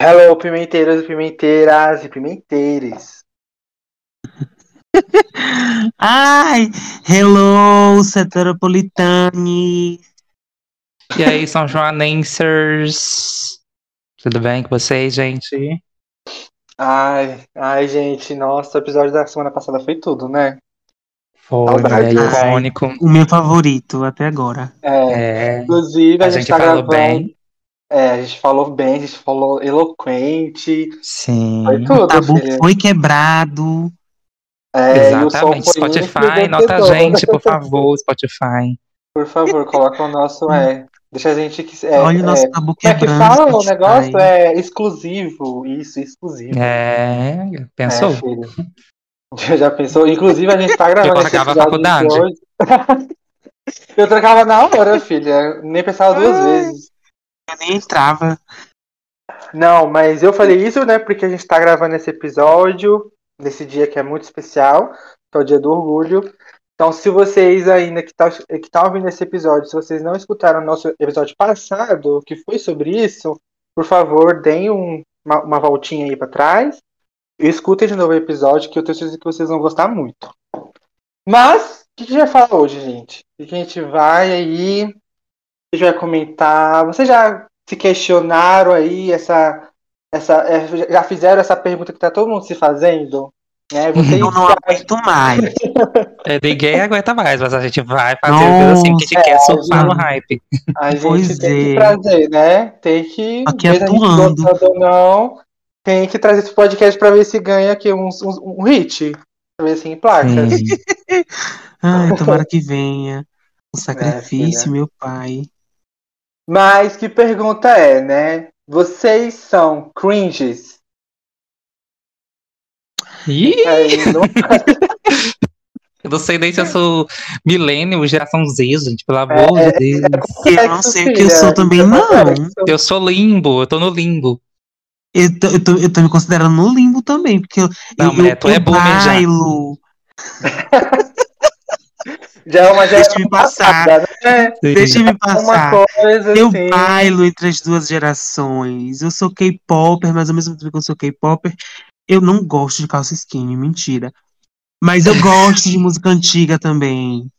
Hello, pimenteiros e pimenteiras e pimenteires. Ai, hello, seteropolitani. E aí, São Joanensers? Tudo bem com vocês, gente? Ai, ai, gente, nossa, o episódio da semana passada foi tudo, né? Foi Saudades. né, icônico. O meu favorito até agora. É, É, inclusive, a, a gente tá falou gravando. bem. É, a gente falou bem, a gente falou eloquente. Sim. Tá Foi tudo, O tabu filha. foi quebrado. É, e o som Exatamente. foi Spotify, muito nota a engrandecedor. gente, por favor, Spotify. né? Por favor, coloca o nosso. É, deixa a gente. que- É, Olha o nosso é, tabu como é que quebrando. fala o Spotify. negócio? É exclusivo. Isso, exclusivo. É, pensou? É, filho. Já, já pensou? Inclusive, a gente tá gravando esse largava a episódio faculdade. de hoje. Eu trocava na hora, filha. Nem pensava duas Ai. vezes. Eu nem entrava. Não, mas eu falei isso, né? Porque a gente tá gravando esse episódio nesse dia que é muito especial, que é o dia do orgulho. Então, se vocês ainda que tá, que tá ouvindo esse episódio, se vocês não escutaram o nosso episódio passado, que foi sobre isso, por favor, deem um- uma, uma voltinha aí pra trás e escutem de novo o episódio, que eu tenho certeza que vocês vão gostar muito. Mas, o que, que a gente vai falar hoje, gente? O que, que a gente vai aí? O que a gente vai comentar? Vocês já se questionaram aí essa. essa é, já fizeram essa pergunta que tá todo mundo se fazendo? Né? Vocês Eu não aguento mais. É, ninguém aguenta mais, mas a gente vai fazer coisa assim que a É, gente quer surfar no hype. A gente tem Pois que é. trazer, né? Tem que. Aqui é mesmo a gente atuando. gostando ou não, tem que trazer esse podcast pra ver se ganha aqui uns, uns- um hit. Pra ver se em placas. Sim. Ai, tomara que venha. O É, sacrifício, meu pai. Mas que pergunta é, né? Vocês são cringes? Ih, Aí, não- eu não sei nem se eu sou milênio, geração Z, gente, É, pelo amor de Deus. Eu não sei o que eu sou também, Isso é não. complexo. Eu sou limbo, eu tô no limbo. Eu tô, eu tô, eu tô me considerando no limbo também, porque eu, Não, eu, mulher, eu tu é boomer já. bailo. Já é uma Deixa eu geração me passar. passada, né? Deixa eu me Uma passar. coisa Eu assim. bailo entre as duas gerações. Eu sou K-popper, mas ao mesmo tempo que eu sou K-popper, eu não gosto de calça skinny, mentira. Mas eu gosto de música antiga também.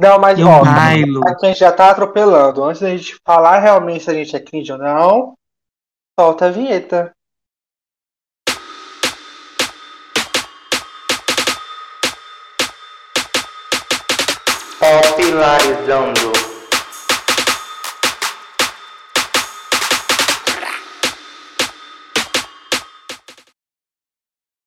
Não, mas Eu ó, bailo. a gente já tá atropelando. Antes da gente falar realmente se a gente é cringe ou não, solta a vinheta. Popularizando.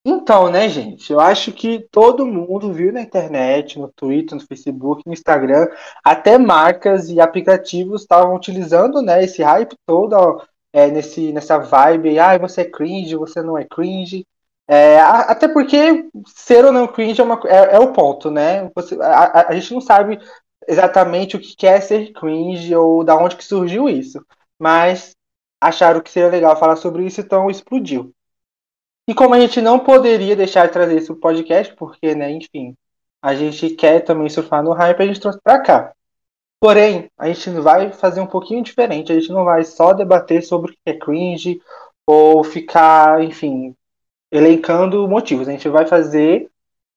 Então, né, gente? Eu acho que todo mundo viu na internet, no Twitter, no Facebook, no Instagram, até marcas e aplicativos estavam utilizando, né, esse hype todo ó, é, nesse, nessa vibe, ah, você é cringe, você não é cringe. É, a- até porque ser ou não cringe é, uma co- é- é o ponto, né? Você- a, a- a gente não sabe exatamente o que que é ser cringe ou da onde que surgiu isso, mas acharam que seria legal falar sobre isso, então explodiu. E como a gente não poderia deixar de trazer isso pro podcast, porque, né, enfim, a gente quer também surfar no hype, a gente trouxe pra cá. Porém, a gente vai fazer um pouquinho diferente, a gente não vai só debater sobre o que é cringe ou ficar, enfim, elencando motivos. A gente vai fazer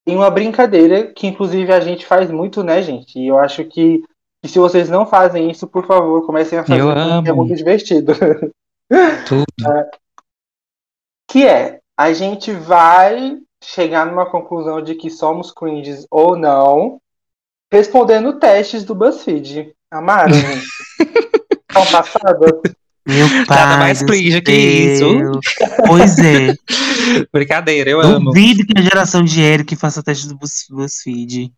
em uma brincadeira que, inclusive, a gente faz muito, né, gente? E eu acho que, que se vocês não fazem isso, por favor, comecem a fazer, Eu porque é amo. muito divertido. É. Tudo. Que é, a gente vai chegar numa conclusão de que somos cringes ou não, respondendo testes do BuzzFeed. Amaram, gente? Estão passado? Meu pai. Nada mais do cringe que céu. Pois é. Brincadeira, eu amo. Duvido que a geração de Eric faça teste do Buzz- BuzzFeed.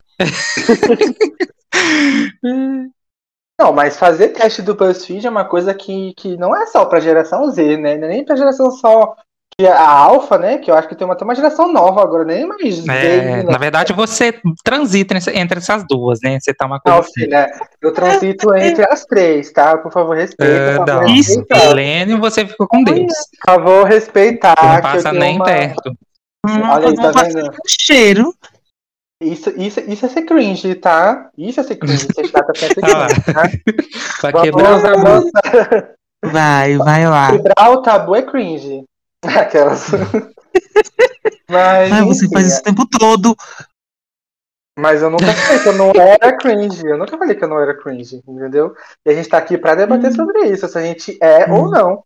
Não, mas fazer teste do BuzzFeed é uma coisa que, que não é só pra geração Z, né? Não é nem pra geração só que é a Alpha, né? Que eu acho que tem uma, até uma geração nova agora, nem mais Z. É, né? na verdade, você transita nesse- entre essas duas, né? Você tá uma coisa. Não, assim. filha, né? eu transito entre as três, tá? Por favor, respeita. É, por favor, não. Isso. respeita. Milênio, você ficou com Deus. Você Por favor, respeitar. não Ah, que eu passa tenho nem uma- perto. Não, Olha aí, não tá faz vendo? um cheiro. Isso, isso, isso é ser cringe, tá? Isso é ser cringe. Ser chata pra ser Ah lá. cringe, tá? Pra Vamos quebrar. usar a nossa, Vai, vai lá. Quebrar o tabu é cringe. Aquelas. mas, Ai, Ah, você enfim, é, faz isso o tempo todo. mas eu nunca falei que eu não era cringe. Eu nunca falei que eu não era cringe, entendeu? E a gente tá aqui pra debater sobre isso, se a gente é Hum. ou não.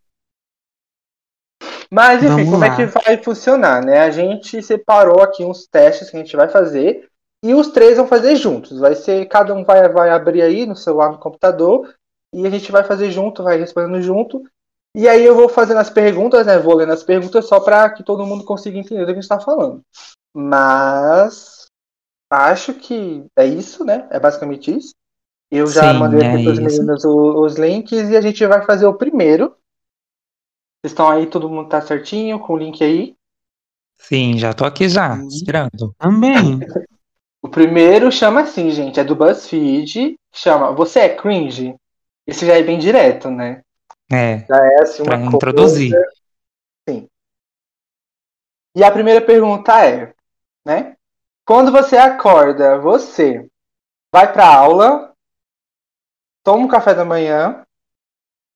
Mas enfim, Vamos como lá. é que vai funcionar, né? A gente separou aqui uns testes que a gente vai fazer e os três vão fazer juntos. Vai ser, cada um vai, vai abrir aí no celular, no computador e a gente vai fazer junto, vai respondendo junto. E aí eu vou fazendo as perguntas, né? Vou lendo as perguntas só para que todo mundo consiga entender do que a gente tá falando. Mas acho que é isso, né? É basicamente isso. Eu já Sim, mandei é aqui para os isso. meninos o- os links e a gente vai fazer o primeiro. Vocês estão aí, todo mundo tá certinho com o link aí. Sim, já tô aqui já, Sim. esperando. Também. O primeiro chama assim, gente, é do BuzzFeed, chama Você é cringe? Esse já é bem direto, né? É, É assim uma pra coisa- introduzir. E a primeira pergunta é, né? Quando você acorda, você vai pra aula, toma um café da manhã,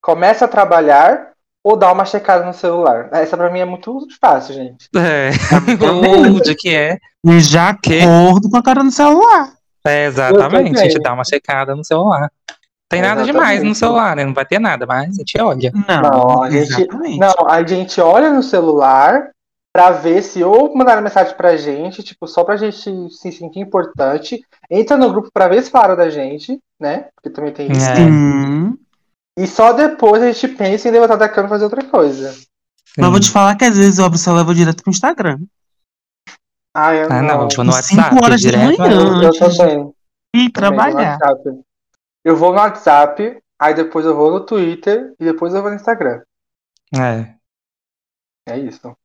começa a trabalhar ou dá uma checada no celular? Essa pra mim é muito fácil, gente. É, Tá Também. o de que é. Eu já Que? acordo com a cara no celular. É, Eu exatamente, a também. gente dá uma checada no celular. Tem nada Exatamente. demais no celular, né? Não vai ter nada, mas a gente olha. Não, Não, a gente- exatamente. Não, a gente olha no celular pra ver se ou mandaram mensagem pra gente, tipo, só pra gente se sentir importante. Entra no grupo pra ver se falaram da gente, né? Porque também tem isso. É. Sim. E só depois a gente pensa em levantar da cama e fazer outra coisa. Mas vou te falar que às vezes eu abro o celular e vou direto pro Instagram. Ah, eu Ah, não, tipo, no Cinco WhatsApp, horas de direto. manhã. Eu, eu antes de também. ir também vou no trabalhar. WhatsApp. Eu vou no WhatsApp, aí depois eu vou no Twitter e depois eu vou no Instagram. É. É isso.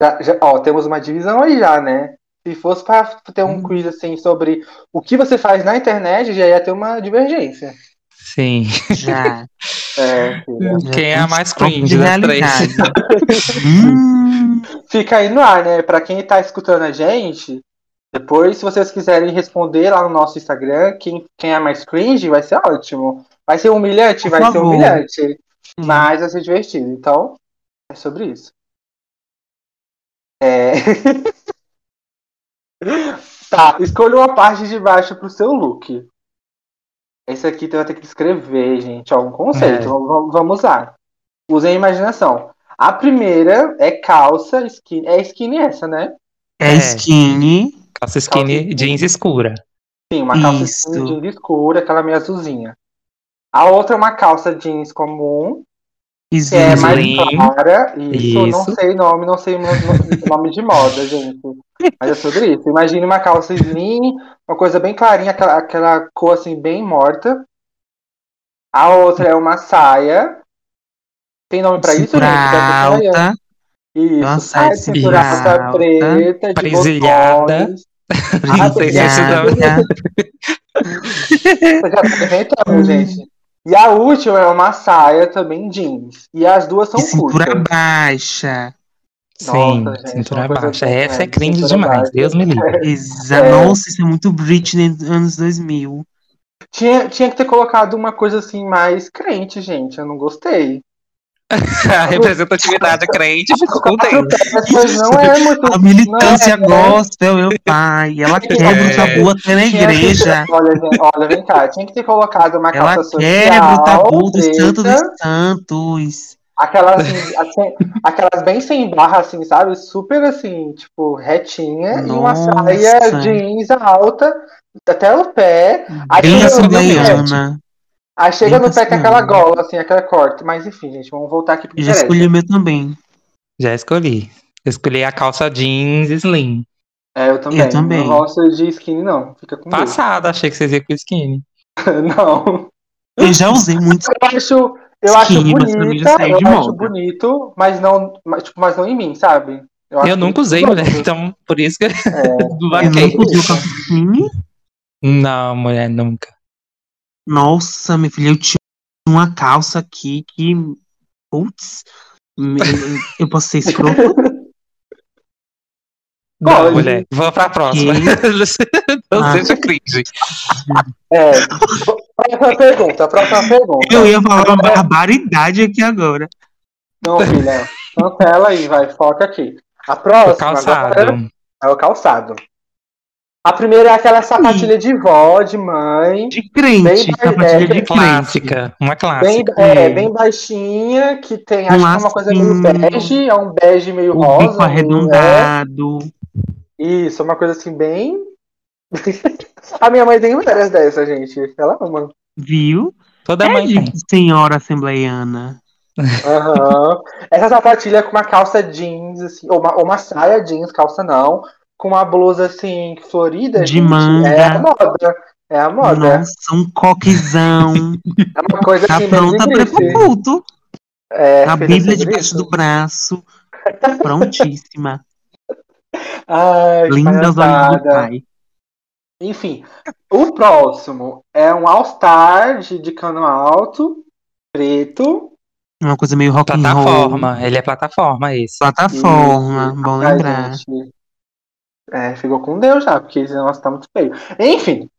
Já- já- ó, temos uma divisão aí já, né? Se fosse pra ter um Hum. quiz assim sobre o que você faz na internet, já ia ter uma divergência. Sim. Já. É, filha. Já Quem tem é a mais esse troco cringe de das três? realidade. Hum, Fica aí no ar, né? Pra quem tá escutando a gente, depois, se vocês quiserem responder lá no nosso Instagram, quem, quem é mais cringe, vai ser ótimo. Vai ser humilhante, Por vai ser favor. humilhante. Mas vai ser divertido. Então, é sobre isso. É. tá, escolha uma parte de baixo pro seu look. Esse aqui tu vai ter que descrever, gente. Ó, um conceito. É. Vamos- Vamos, vamos lá. Usem a imaginação. A primeira é calça, skin. É skin essa, né? é É. skinny. Calça skinny, Calça- jeans escura. Sim, uma calça Isso. skinny jeans escura, aquela meio azulzinha. A outra é uma calça jeans comum, que é Slim. mais Slim. clara. Isso, eu não Isso. sei nome, não sei mo- mo- nome de moda, gente. Mas é sobre isso. Imagine uma calça slim, uma coisa bem clarinha, aquela, aquela cor assim, bem morta. A outra é uma saia. Tem nome pra isso, né, tá gente? Pra essa Cintura saia? alta. Isso, saia uma saia cintura alta, alta, preta, de presilhada. botões. Não sei se esse brilhada. nome. é Você já tá arrebentando, gente. E a última é uma saia também jeans. E as duas são E cintura curtas. baixa. Sim, Nossa, gente, cintura uma coisa baixa. bem- Essa é é, cringe cintura demais, baixa. Deus me livre. É. Exa Nossa, isso é muito Britney dos anos 2000. Tinha, tinha que ter colocado uma coisa assim mais crente, gente. Eu não gostei. é A representatividade crente ficou tensa. Mas não é muito. A militância não é, gospel, meu pai. Ela quebra o tabu até na Tinha que ter- igreja. Olha, gente, olha, vem cá. Tinha que ter colocado uma Ela calça social. quebra o tabu dos preta, santos dos santos. Aquelas, assim, assim, aquelas bem sem barra, assim, sabe? Super assim, tipo, retinha. E uma Nossa. saia jeans alta, até o pé. Aí Bem chega no pé, brasileirana. aí chega Bem no pé com castelhana. aquela gola, assim, aquela corte. Mas enfim, gente, vamos voltar aqui pro Eu já interesse. escolhi o meu também. Já escolhi. Escolhi a calça jeans slim. É, eu também. Eu também. Não gosto de skinny, não. Fica com Deus. Passada, achei que vocês iam com skinny. Não. Eu já usei muito. Eu acho, eu acho Skinny, mas também bonita, já saiu eu de acho moda. bonito, mas não, mas, tipo, mas não em mim, sabe? acho Eu nunca bonito usei, em mulher, todos. então por isso que É. eu Eu Ok. vaquei. nunca usei o calcinha. Não, mulher, nunca. Nossa, minha filha, eu tinha uma calça aqui que. Putz. me- Eu posso ser escroto Qual, Não, gente? mulher. Vou pra próxima. Que? Não Ah. seja cringe. É. próxima pergunta, a próxima pergunta. Eu ia falar uma barbaridade aqui agora. Não, filha, cancela aí, vai, foca aqui. A próxima. agora Calçado. é o calçado. A primeira é aquela sapatilha de vó, de mãe. De crente, Bem é, tipo, sapatilha barbeca, de crente. Clássica. Uma Bem, clássica. Hum. é, é. bem baixinha, que tem, acho que é uma coisa meio lacinho. bege, é um bege meio O rosa. bico não é? arredondado. Isso, uma coisa assim, bem. a minha mãe tem várias dessas, gente. Ela ama. Viu? Toda é mãe de tem. senhora assembleiana. Aham. Essa sapatilha com uma calça jeans, assim, ou uma, ou uma saia jeans, calça não, com uma blusa assim, florida. De gente, manga. É a moda. É a moda. Nossa, um coquezão. É uma coisa Tá assim, menos pronta pra ir pro grife. culto. É, A filha, Bíblia sobre debaixo isso. do braço. Prontíssima. Ai, Linda aos olhos do palhaçada. pai. Enfim, o próximo é um All-Star de, de cano alto, preto. Uma coisa meio rock and roll. Plataforma. Ele é plataforma, esse. Plataforma, bom Ai, lembrar. gente. É, ficou com Deus já, porque esse negócio tá muito feio. Enfim.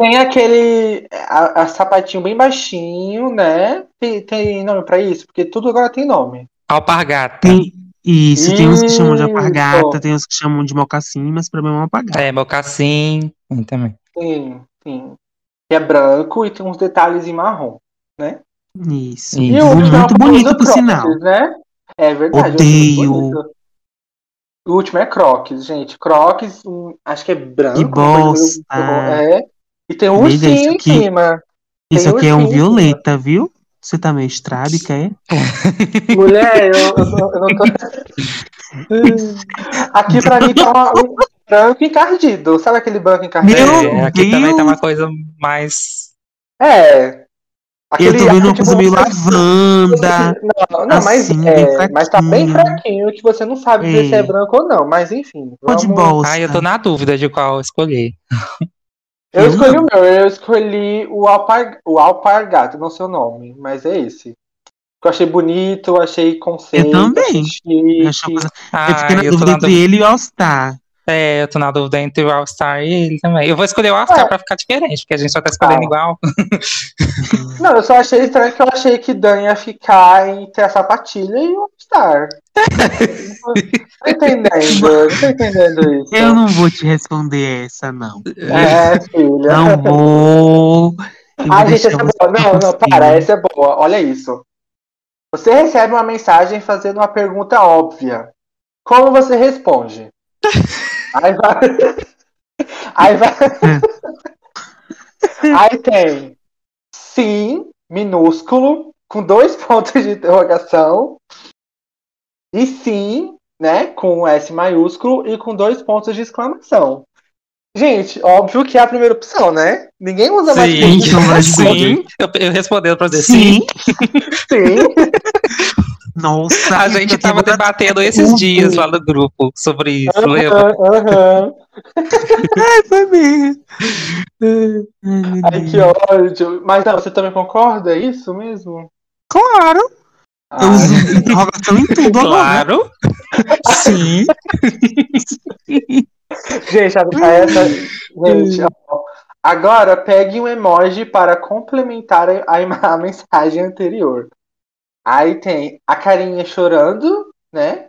tem aquele a, a sapatinho bem baixinho, né? Tem, tem nome pra isso? Porque tudo agora tem nome. Alpargata. Tem isso, tem uns que chamam de Isso. alpargata, tem uns que chamam de mocassim, mas pra mim é uma alpargata. É, mocassim. Tem também. Tem, tem. Que é branco e tem uns detalhes em marrom. Isso. E E Ficou o último é muito uma bonito, blusa por sinal. Crocs, né? É verdade. Odeio. é muito bonito. O último é Crocs, gente. Crocs, um, acho que é branco. Que uma coisa bosta. meio- É. E tem um Amiga, isso ursinho em aqui- cima. Isso Tem aqui é um ursinho. violeta, viu? Você tá meio estrábica, é? Mulher, eu, eu- eu não tô. Aqui pra mim tá uma- um branco encardido. Sabe aquele branco encardido? Meu É, aqui Deus. também tá uma coisa mais. É. Aquele, eu tô vendo uma aquele coisa meio tipo- lavanda. Não, não, mas, assim, é, bem mas tá bem fraquinho. fraquinho que você não sabe dizer se é É. branco ou não. Mas enfim. Pô, de vamos- bolsa. Ah, eu tô na dúvida de qual escolher. Eu Eu escolhi não. o meu, eu escolhi o, alpar, o Alpargato, não sei o nome, mas é esse. Eu achei bonito, eu achei conceito. Eu também. achei chique. Eu achei uma coisa- Ah, eu fiquei na eu tô dúvida na entre dúvida. ele e o All Star. É, eu tô na dúvida entre o All-Star e ele também. Eu vou escolher o All-Star pra ficar diferente, porque a gente só tá escolhendo Tá. Ah. igual. Não, eu só achei estranho que eu achei que Dan ia ficar entre a sapatilha e o Star. não tô entendendo, não tô entendendo isso. Eu não vou te responder essa, não. É, filha. Não vou. Eu vou Ai, gente, deixar essa é você boa. Não, não, assim. para, essa é boa. Olha isso. Você recebe uma mensagem fazendo uma pergunta óbvia. Como você responde? Aí vai. Aí vai. É. Aí tem sim, minúsculo, com dois pontos de interrogação. E sim, né? Com S maiúsculo e com dois pontos de exclamação. Gente, óbvio que é a primeira opção, né? Ninguém usa mais Sim, pergunta pelo amor de sim. Eu, eu respondendo é pra você sim. Sim. assim. então, né? Nossa. A gente eu tenho tava vontade- debatendo esses Uhum. dias lá no grupo sobre isso. lembra? Aham, aham. Foi mesmo. Ai, meu Ai, que Deus. ódio. Mas não, você também concorda? É isso mesmo? Ah, Claro. Eu uso Ai, interrogação em tudo agora. Claro. Sim. gente, a- a essa. Gente, ó. Agora pegue um emoji para complementar a, a ima- a mensagem anterior. Aí tem a carinha chorando, né?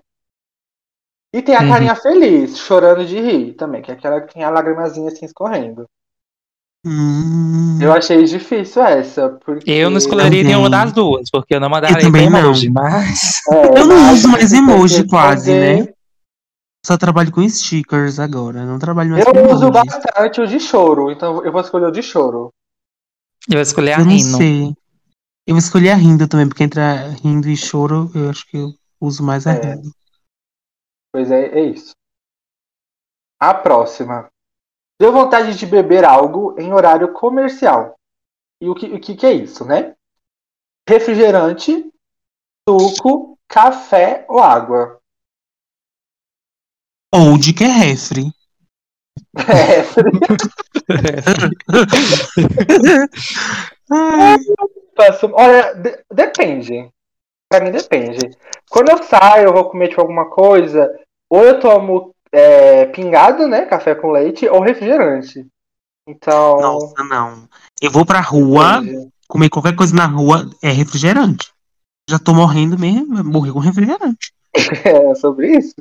E tem a Uhum. carinha feliz, chorando de rir também, que é aquela que tem a lagrimazinha assim escorrendo. Hum, Eu achei difícil essa, porque. Uhum. Eu não escolheria Também. nenhuma das duas, porque eu não mandaria Eu também não. emoji, mas. É, Eu não mas uso mais tem que emoji, quase, responder. né? só trabalho com stickers agora. Não trabalho mais com Eu uso emojis. bastante o de choro, então eu vou escolher o de choro. Eu escolhi a Eu não Rino. sei. Eu escolhi a rindo também, porque entre a rindo e choro, eu acho que eu uso mais a É. rindo. Pois é, é isso. A próxima. Deu vontade de beber algo em horário comercial. E o que, o que, que é isso, né? Refrigerante, suco, café ou água. Ou de que é refri. É, Ai, faço- olha, de- depende. Pra mim depende. Quando eu saio, eu vou comer tipo, alguma coisa, ou eu tomo é, pingado, né? Café com leite, ou refrigerante. Então. nossa, não. Eu vou pra rua, comer qualquer coisa na rua é refrigerante. Já tô morrendo mesmo, morri com refrigerante. É sobre isso?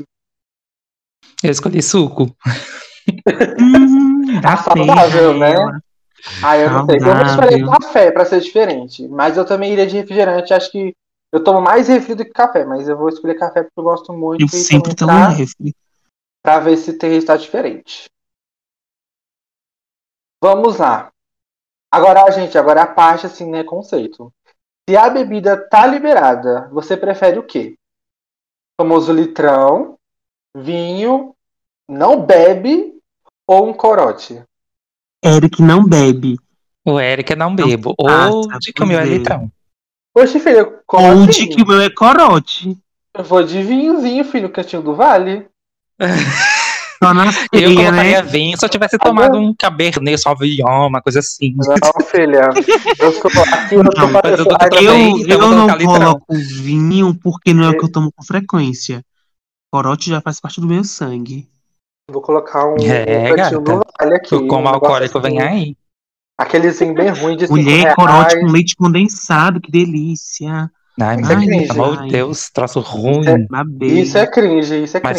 Eu escolhi suco. Hum, dá Saudável, pena né? ela. Ah, eu não sei. Eu vou escolher Saudável. café pra ser diferente. Mas eu também iria de refrigerante. Acho que eu tomo mais refri do que café, mas eu vou escolher café porque eu gosto muito Eu e sempre tomo experimentar refri. pra ver se tem resultado diferente. Vamos lá. Agora, gente, agora a parte assim, né, conceito. Se a bebida tá liberada, você prefere o quê? Famoso litrão, vinho, não bebe ou um corote? Eric não bebe. O Eric é não bebo. Ah, Ou tá, de que o meu é pois é. litrão. Poxa, filho, como Onde assim? que o meu é corote? Eu vou de vinhozinho, filho, cantinho do vale. Só na Eu ceia, né? colocaria vinho se eu tivesse tomado um cabernet sauvignon, uma coisa assim. Não, filha. Eu sou aqui, eu Não, sou para mas eu tô eu sou- Eu, também, então eu vou não colocar litrão. coloco vinho porque não é o que eu tomo com frequência. Corote já faz parte do meu sangue. Vou colocar um, É, um cantinho do gata. vale aqui. Eu como um negócio alcoólico vem assim, aí. Aquelezinho bem ruim de 5 Mulher, reais. corote com leite condensado, que delícia. Ai, Isso é mano, cringe. pelo amor de Deus, troço ruim. Babei. Isso é cringe, isso é cringe. Mas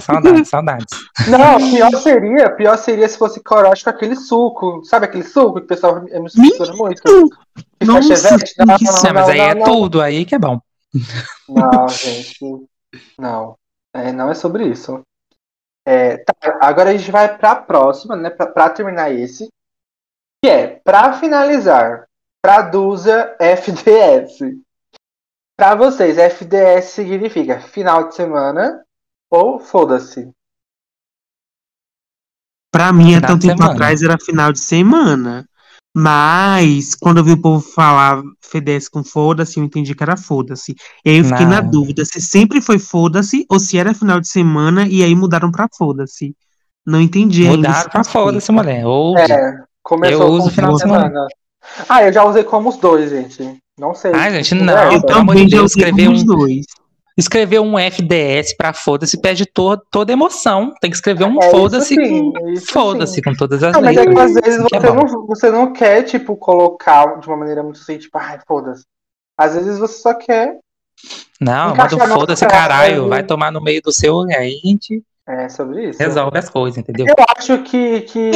saudade, saudades. Não, pior seria, pior seria se fosse corote com aquele suco. Sabe aquele suco que o pessoal me- me mistura muito? Que Nossa, chevette? não, que não, Não, mas não, aí é não, tudo, aí que é bom. não. Não, gente. Não. É, não é sobre isso. É, tá, agora a gente vai pra próxima, né? Pra, pra terminar esse. Que é, pra finalizar, traduza FDS. Pra vocês, FDS significa final de semana ou foda-se. Pra mim, até Final um de tempo semana. atrás, era final de semana. Mas, quando eu vi o povo falar FDS com foda-se, eu entendi que era foda-se. E aí eu fiquei na Não. dúvida se sempre foi foda-se ou se era final de semana e aí mudaram pra foda-se. Não entendi ainda. Mudaram pra esse conceito. foda-se, mulher. Ou É, começou Eu com uso o final de final de semana. Ah, eu já usei como os dois, gente. Não sei. Ai, Ah, gente, Não não. Então, é, Eu pelo também amor de já Deus, usei escrever como os um- dois. escrever um FDS pra foda-se perde to toda emoção. Tem que escrever um É, isso foda-se sim, com isso foda-se, sim. com todas as Não, mas é que às letras. vezes Isso que é você, bom. não, você não quer, tipo, colocar de uma maneira muito assim, tipo, ai, foda-se. Às vezes você só quer. Não, manda encaixar um na né? foda-se, frase. caralho. Vai tomar no meio do seu. e Aí a gente É sobre isso. resolve as coisas, entendeu? Eu acho que. que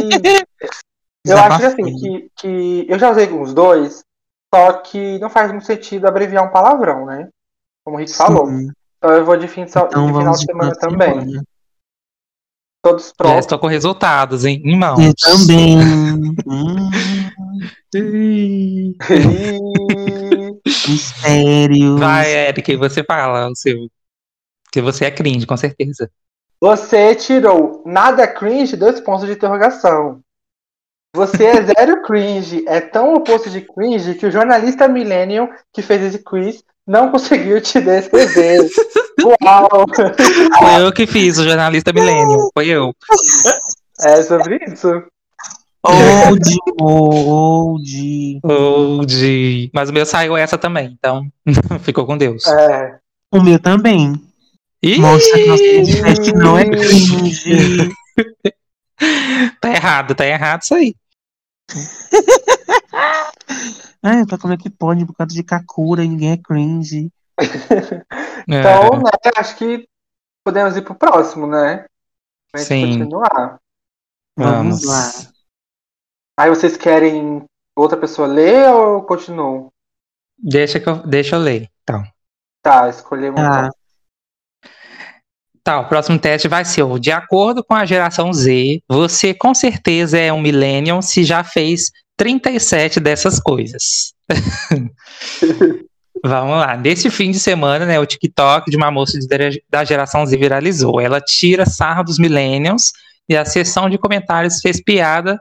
eu acho que assim, que, que. Eu já usei com os dois, só que não faz muito sentido abreviar um palavrão, né? Como o Rick falou. Sim. Então eu vou de, fim de, sa- Então de final vamos de semana final de também. semana. Todos Já prontos. estou com resultados, hein? Irmão. Eu também. Hum, Ih. mistérios. Vai, é. Eric, você fala o seu. Que você é cringe, com certeza. Você tirou nada cringe, dois pontos de interrogação. Você é zero cringe. É tão oposto de cringe que o jornalista Millennium que fez esse quiz não conseguiu te descrever. Uau! Foi eu que fiz, o jornalista milênio. Foi eu. É sobre isso? Old, old. Ou de. Mas o meu saiu essa também, então ficou com Deus. É. O meu também. Ih, Mostra é que nosso podcast não é cringe. tá errado, tá errado isso aí. Ai, eu tô como é que pode por causa de Kakura e ninguém é cringe. É, Então, né, acho que podemos ir pro próximo, né? Pra gente Sim. continuar. É, Vamos lá. Aí vocês querem outra pessoa ler ou continuam? Deixa, que eu, deixa eu ler. Então. Tá, escolhemos. Tá. Tá, o próximo teste vai ser o de acordo com a geração Z, você com certeza é um millennial se já fez 37 dessas coisas. Vamos lá. Neste fim de semana, né, o TikTok de uma moça de dere- da geração Z viralizou. Ela tira sarro dos millennials e a sessão de comentários fez piada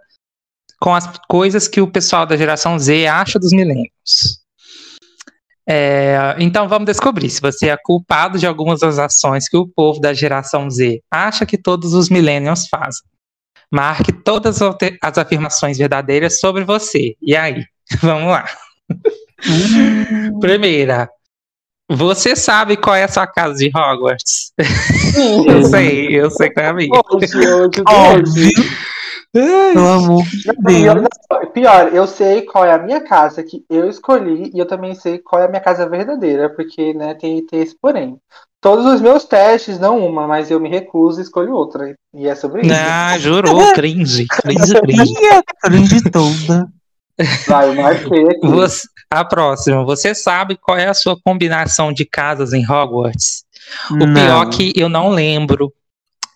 com as coisas que o pessoal da geração Z acha dos millennials. É, então vamos descobrir se você é culpado de algumas das ações que o povo da geração Z acha que todos os millennials fazem. Marque todas as alter- as afirmações verdadeiras sobre você. E aí? Vamos lá. Primeira. Você sabe qual é a sua casa de Hogwarts? Eu sei, eu sei que é a minha. Hoje, hoje, hoje. Óbvio. Pelo amor de Pior, Deus. não, pior, eu sei qual é a minha casa que eu escolhi e eu também sei qual é a minha casa verdadeira, porque né, tem, tem esse porém. Todos os meus testes, não uma, mas eu me recuso e escolho outra. E é sobre isso. Ah, jurou, cringe, cringe, cringe. Ih, a é cringe toda. Vai, eu marquei aqui. Você- a próxima. Você sabe qual é a sua combinação de casas em Hogwarts? O pior que eu não lembro.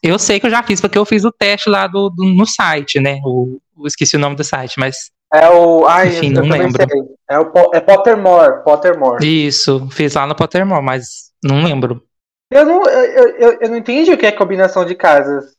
Eu sei que eu já fiz, porque eu fiz o teste lá do, do- no site, né? O, eu esqueci o nome do site, mas. É o. Ai, Enfim, eu não também lembro. sei. É, o, Po- é Pottermore. Pottermore. Isso, fiz lá no Pottermore, mas não lembro. Eu não, eu, eu, eu não entendi o que é combinação de casas.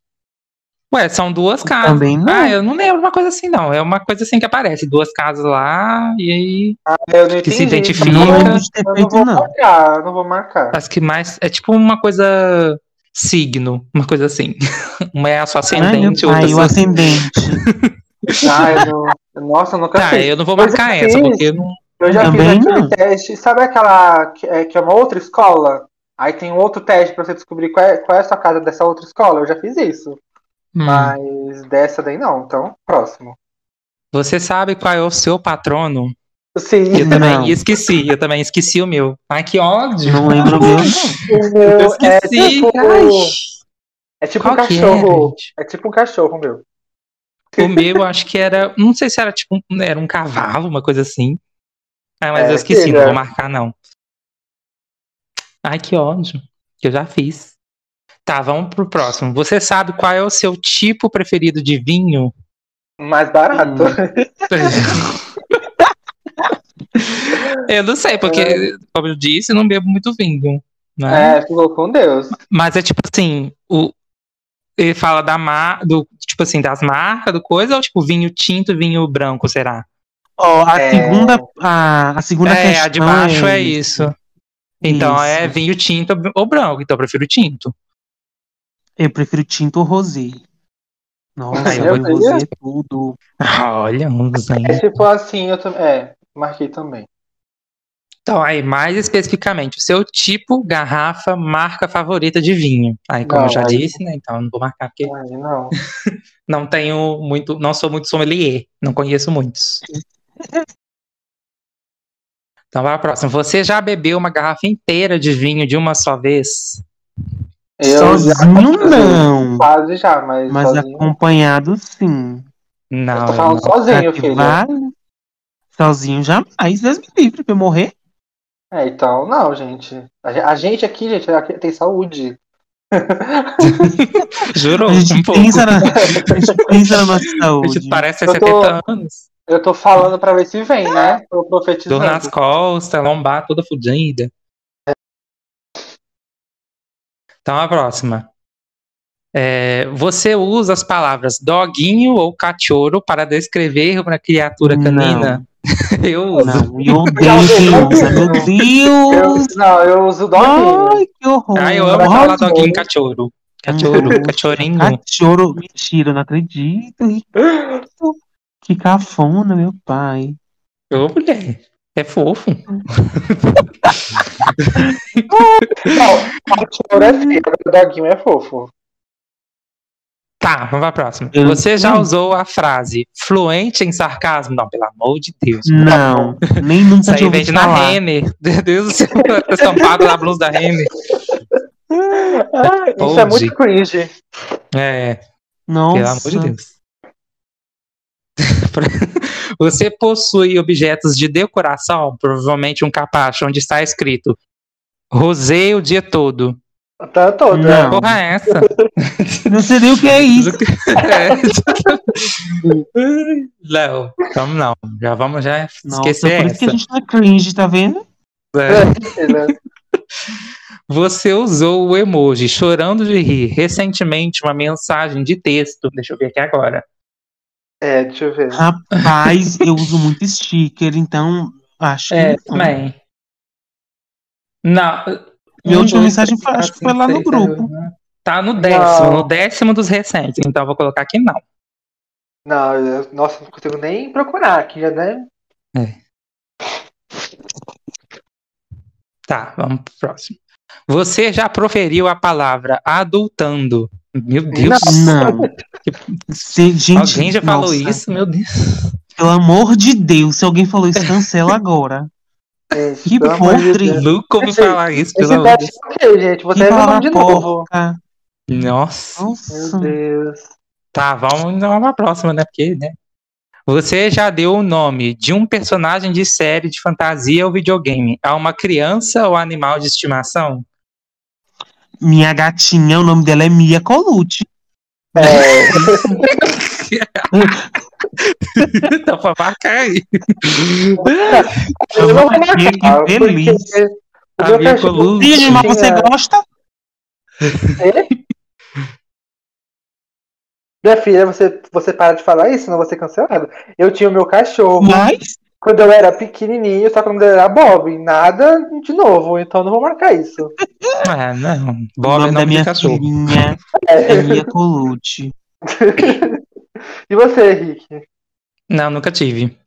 Ué, são duas casas. Também não. Ah, eu não lembro uma coisa assim, não. É uma coisa assim que aparece. Duas casas lá, e aí. Eu não Que se entendi. identifica. não Eu lembro não- de ter eu não feito, vou não. marcar, eu não vou marcar. Acho que mais. É tipo uma coisa. Signo, uma coisa assim. Uma é a sua ascendente, Ai, outra meu pai, o sua. ascendente. Ah, eu não- Nossa, eu nunca Tá, fiz. eu não vou Mas eu marcar fiz. essa, porque eu não. Eu já fiz Também aquele não. teste. Sabe aquela que é, que é uma outra escola? Aí tem um outro teste pra você descobrir qual é, qual é a sua casa dessa outra escola. Eu já fiz isso. Hum. Mas dessa daí não. Então, próximo. Você sabe qual é o seu patrono? Sim. Eu também Não. esqueci, eu também esqueci o meu. Ai, que ódio. Não lembro o meu. não. O meu Eu é esqueci. tipo, Ai, é tipo um qual que cachorro. era, É tipo um cachorro, meu. gente? O meu, acho que era. Não sei se era tipo um, era um cavalo, uma coisa assim. Ah, mas É, eu esqueci, chega. não vou marcar, não. Ai, que ódio. Eu já fiz. Tá, vamos pro próximo. Você sabe qual é o seu tipo preferido de vinho? Mais barato. Hum, eu não sei, porque, como eu disse, eu não bebo muito vinho. Né? É, ficou com Deus. Mas é tipo assim, o ele fala da mar, do tipo assim, das marcas, do coisa, ou tipo vinho tinto, vinho branco, será? Ó, a É. segunda. A, a segunda é, questão. a de baixo é isso. Então é Isso. vinho tinto ou branco, então eu prefiro tinto. Eu prefiro tinto ou rosé. Nossa, Ai, eu vou em eu queria. rosé tudo. Olha, uns É hein? tipo assim, eu também. É, marquei também. Então aí, mais especificamente, o seu tipo, garrafa, marca favorita de vinho. Aí, como Não, eu já aí- disse, né? Então eu não vou marcar porque Ai, não. não tenho muito, não sou muito sommelier, não conheço muitos. Então vai a próxima. Você já bebeu uma garrafa inteira de vinho de uma só vez? Eu já- Sozinho não. Quase já, mas. Mas é sozinho. acompanhado sim. Eu Não. tô falando não. sozinho, Pra que filho. vale? Sozinho jamais. Deus me livre pra eu morrer. É, então, não, gente. A, ge- a gente aqui, gente, aqui tem saúde. Jurou A gente, um pouco. pensa na, a gente pensa na nossa A saúde. gente parece ter Eu tô- 70 anos. Eu tô falando pra ver se vem, né? Tô Dor profetizando. nas costas, lombar toda fudida. Então a próxima. É, você usa as palavras doguinho ou cachorro para descrever uma criatura Não. canina? Eu uso. Não, eu odeio quem usa. Meu Eu, Deus! não, eu uso o doguinho. Ai, que horror! Ah, eu amo falar Horroroso. doguinho cachorro. Cachorro, cachorrinho. Ah. Cachorro, mentira, eu não acredito. Ricardo. Que cafona, meu pai. Ô, mulher, é fofo. Não, cachorro é feio, o doguinho é fofo. Tá, vamos pra próxima. Eu- Você já Hum. usou a frase fluente em sarcasmo? Não, pelo amor de Deus. Não, nem Isso nunca aí tinha vende ouvido na falar. Renner. Meu Deus do céu, tá estampado na blusa da Renner. Ah, Isso Onde? é muito cringe. É, Nossa. pelo amor de Deus. Você possui objetos de decoração, provavelmente um capacho, onde está escrito Rosé o dia todo. Tá todo. Não. Porra, é essa? Não sei nem o que é isso. É. não, vamos não. Já vamos já Nossa, esquecer por isso que a essa. gente não é cringe, tá vendo? É. Você usou o emoji chorando de rir recentemente uma mensagem de texto. Deixa eu ver aqui agora. É, deixa eu ver. Rapaz, eu uso muito sticker, então acho que. É, não. também. Hum. Não. assim, Minha um, Uhum. última dois, mensagem foi- acho que foi lá no sete, grupo. oito, nove. Tá no décimo, né? Não. no décimo dos recentes. Então eu vou colocar aqui não. Não, eu- nossa, não consigo nem procurar aqui, né? Tá, vamos pro próximo. Você já proferiu a palavra adultando. Meu Deus. Não. Não. Se- gente, Alguém já falou nossa, isso? Meu Deus. Pelo amor de Deus, se alguém falou isso, cancela agora. É, Que pelo amor de podre. Deus. Nunca ouvi Esse- falar isso, Esse pelo amor de teste é ok, gente. Você Que é meu nome palavra de novo. porca. Deus. Nossa. Meu Nossa. Deus. Tá, vamos pra próxima, né? Porque, né? Você já deu o nome de um personagem de série de fantasia ou videogame a uma criança ou animal de estimação? Minha gatinha, o nome dela é Mia Colucci. É, Dá Tá pra marcar aí. eu não vou Fiquei marcar, porque feliz. o A meu minha cachorro Tá coluna. E animal Tinha- você gosta? Minha filha, você, você para de falar isso, senão você é cancelado. Eu tinha o meu cachorro Mas quando eu era pequenininho, só que o nome dele era Bob. Nada de novo, então eu não vou marcar isso. Ah, não. o Bob nome da é nome de minha cachorro. filhinha é Mia Colucci. E você, Henrique? Não, nunca tive.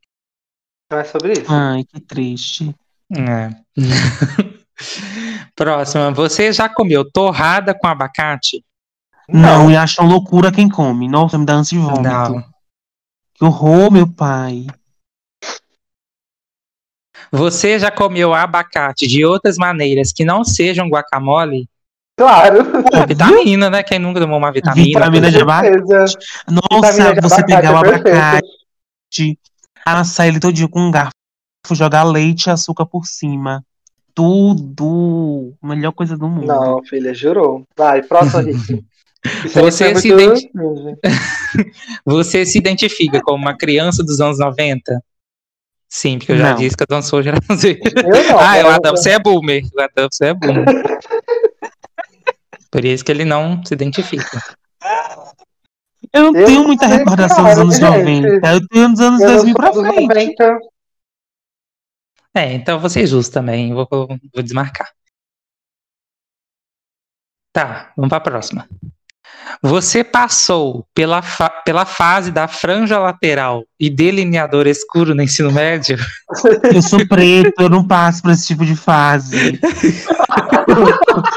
Não é sobre isso? Ai, que triste. É. Próxima. Você já comeu torrada com abacate? Não, e acham loucura quem come. Nossa, me dá ânsia de vômito. Não. Que horror, meu pai. Você já comeu abacate de outras maneiras que não sejam guacamole? Claro. Ah, É vitamina, né? Quem nunca tomou uma vitamina? Vitamina de abacate. Certeza. Nossa, Vitamina de você abacate pegar o é perfeito. abacate, assar ele todinho com um garfo, jogar leite e açúcar por cima. Tudo. Melhor coisa do mundo. Não, filha, jurou. Vai, próximo, Henrique. Isso aí Você foi se muito- Você se identifica como uma criança dos anos 90? Sim, porque eu já Não. disse que eu não sou geração Z. Eu não. Ah, é o eu- Adão, você é boomer. O Adão, você é boomer. Por isso que ele não se identifica. Eu não Eu tenho muita sei, recordação cara, dos anos gente. 90. Eu tenho dos anos eu não sou 2000 pra dos frente. 90. É, então você é justo também. Vou, vou desmarcar. Tá, vamos pra próxima. Você passou pela, fa- pela fase da franja lateral e delineador escuro no ensino médio? Eu sou preto, eu não passo por esse tipo de fase.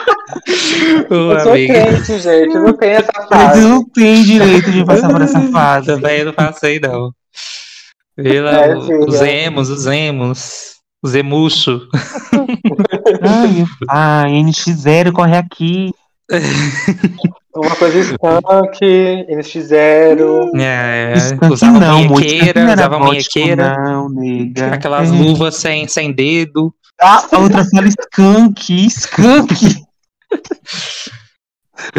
Ô, Eu sou amiga, crente, gente. Eu não tenho essa Mas eu fase. não tenho direito de passar por essa fase. também não passei, não. Pela, É, filha. os emos, os emos, os emucho. Ai, meu pai, NX0, corre aqui. Uma coisa skunk, NX0. É, Skank usava não, muito. Skank munhequeira, não era usava gótico, munhequeira, Não, nega. aquelas É. luvas sem, sem dedo. Ah, a outra fala skunk, skunk. É,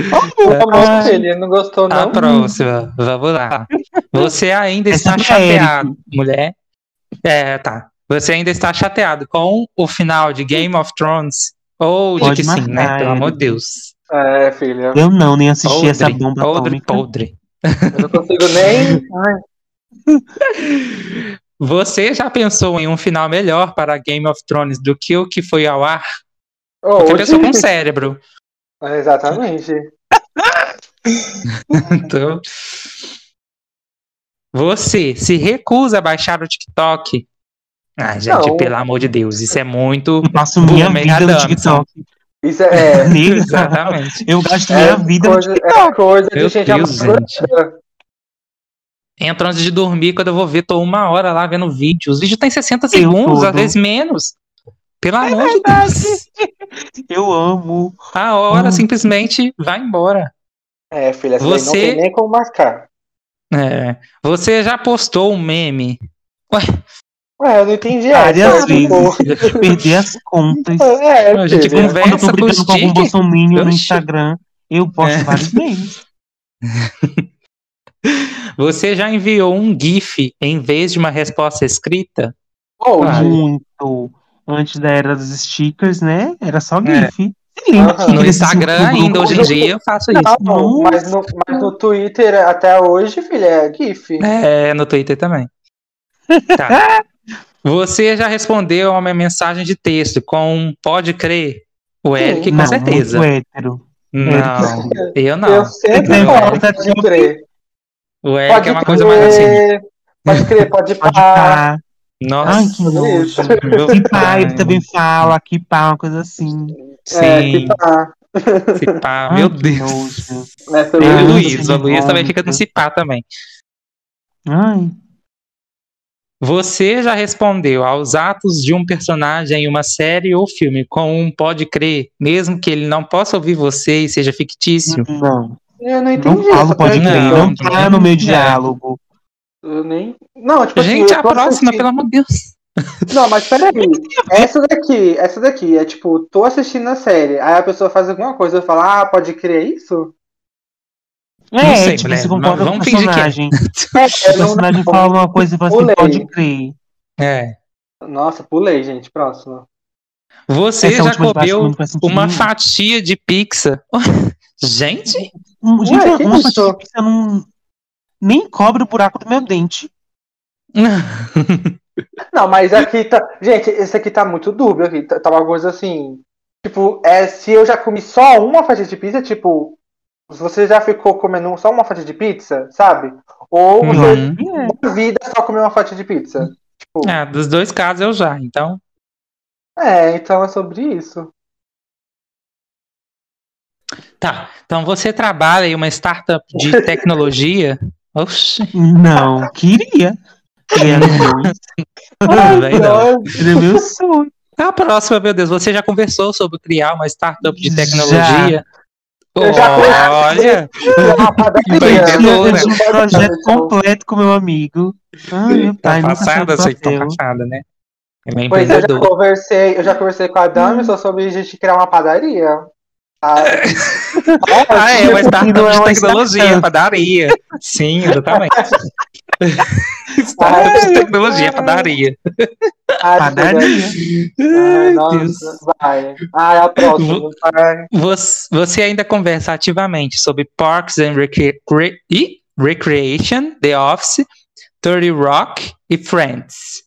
Tá bom, Ai. filha. Não gostou, A não? próxima, vamos lá. Você ainda Essa está não é chateado, mulher. É, tá. Você ainda está chateado com o final de Game of Thrones? Ou de Pode que sim, né? marcar, Pelo amor de Eric. Deus. É, filha. Eu não, nem assisti Podre, essa bomba podre, atômica. podre. Eu não consigo nem. Ai, Você já pensou em um final melhor para Game of Thrones do que o que foi ao ar? oh, Você hoje... pensou com cérebro. É, Exatamente. Então, você se recusa a baixar o TikTok? Ah, gente, Não. pelo amor de Deus, isso é muito. Eu passo minha Boomer vida no Adams. TikTok. Isso é. Nega, Exatamente. Eu gasto É, minha vida no coisa, é coisa de Meu gente Deus, amadora. gente. Entro antes de dormir, quando eu vou ver, tô uma hora lá vendo vídeo. Os vídeos têm 60 segundos, tudo. às vezes menos. Pelo amor de Deus. Eu amo. A hora Hum. simplesmente vai embora. É, filha, essa daí não Você- tem nem como marcar. É. Você já postou um meme? Ué, eu não entendi Várias essa. vezes. pô. Perder as contas. É, A gente filha. conversa Quando eu tô com brigando os com algum tiques. bolsominho no Oxi. Instagram, eu posto É. vários memes. Você já enviou um GIF em vez de uma resposta escrita? Ah, Hoje. Muito. Antes da era dos stickers, né? Era só É. GIF. Você lembra Aham. que No esse Instagram grupo- ainda, hoje em dia eu faço isso. Não, tá mas no, mas no Twitter até hoje, filha, é GIF. É, no Twitter também. Tá. Você já respondeu a uma mensagem de texto com um pode crer? O Eric, com Não, certeza. muito hétero. Não, eu não. Eu sempre Não, falo Eric. de crer. O Eric Pode é uma crer, coisa mais assim. Pode crer, pode Pode parar. pá. Nossa. Ai, que nojo. Isso. meu Que pá, pai. ele também fala, que pá, uma coisa assim. É, Sim. que tá. Cipá, Ai, Ah, meu que Deus. nojo. Nessa Eu Ai, e o eu- é Luiz. O gente, Luiz também vômito. fica no Cipá também. Ai. Você já respondeu aos atos de um personagem em uma série ou filme com um pode crer, mesmo que ele não possa ouvir você e seja fictício? Hum. Não. eu não Não entendi. essa falo, pode pergunta. crer. Não pergunta. tá no meu É. diálogo. Eu nem. Não, tipo assim, Gente, eu a tô próxima, assistindo- pelo amor de Deus. Não, mas peraí. Essa daqui, essa daqui é tipo, tô assistindo a série, aí a pessoa faz alguma coisa, eu falo, ah, pode crer isso? É, sei, tipo, mulher, se concorda mas com o vamos fingir que é. personagem. É, O personagem fala uma coisa e fala assim, Pulei. pode crer. É. Nossa, pulei, gente. Próximo. Você Essa é já última de baixo comeu não faz sentido uma nenhum. fatia de pizza? Gente, Um- Gente, Ué, que uma isso? fatia de pizza não... Nem cobre o buraco do meu dente. Não, mas aqui tá. Gente, esse aqui tá muito dúbio aqui. Tá, tá uma coisa assim. Tipo, é, se eu já comi só uma fatia de pizza, tipo, você já ficou comendo só uma fatia de pizza, sabe? Ou você Hum. na vida só comeu uma fatia de pizza. Tipo, Ah, dos dois casos eu já, então. é, então é sobre isso. Tá. Então você trabalha em uma startup de tecnologia. Oxi, Não, queria. Queria muito. Ai, Vai não. Então, Era meu sonho. A próxima, meu Deus, você já conversou sobre criar uma startup de Já. tecnologia? Eu já conversei. Olha, Ah, Então, padaria. Empreendedora. Eu tinha um projeto completo com meu amigo. Ai, meu tá pai, nunca saiu passada, do eu sei que tá papel. passada, né? Ela é Pois eu já empreendedora. conversei, eu já conversei com a Hum. Damerson sobre a gente criar uma padaria. Ah, É, Ah, é, uma startup Não é de uma tecnologia, startup. padaria. Sim, exatamente. startup de tecnologia, padaria. ah, Padaria. Ai, Ai, Deus. nossa, vai. Ah, é a próxima. vai. Você, você ainda conversa ativamente sobre Parks and Recre- Cre- e Recreation, The Office, 30 Rock e Friends.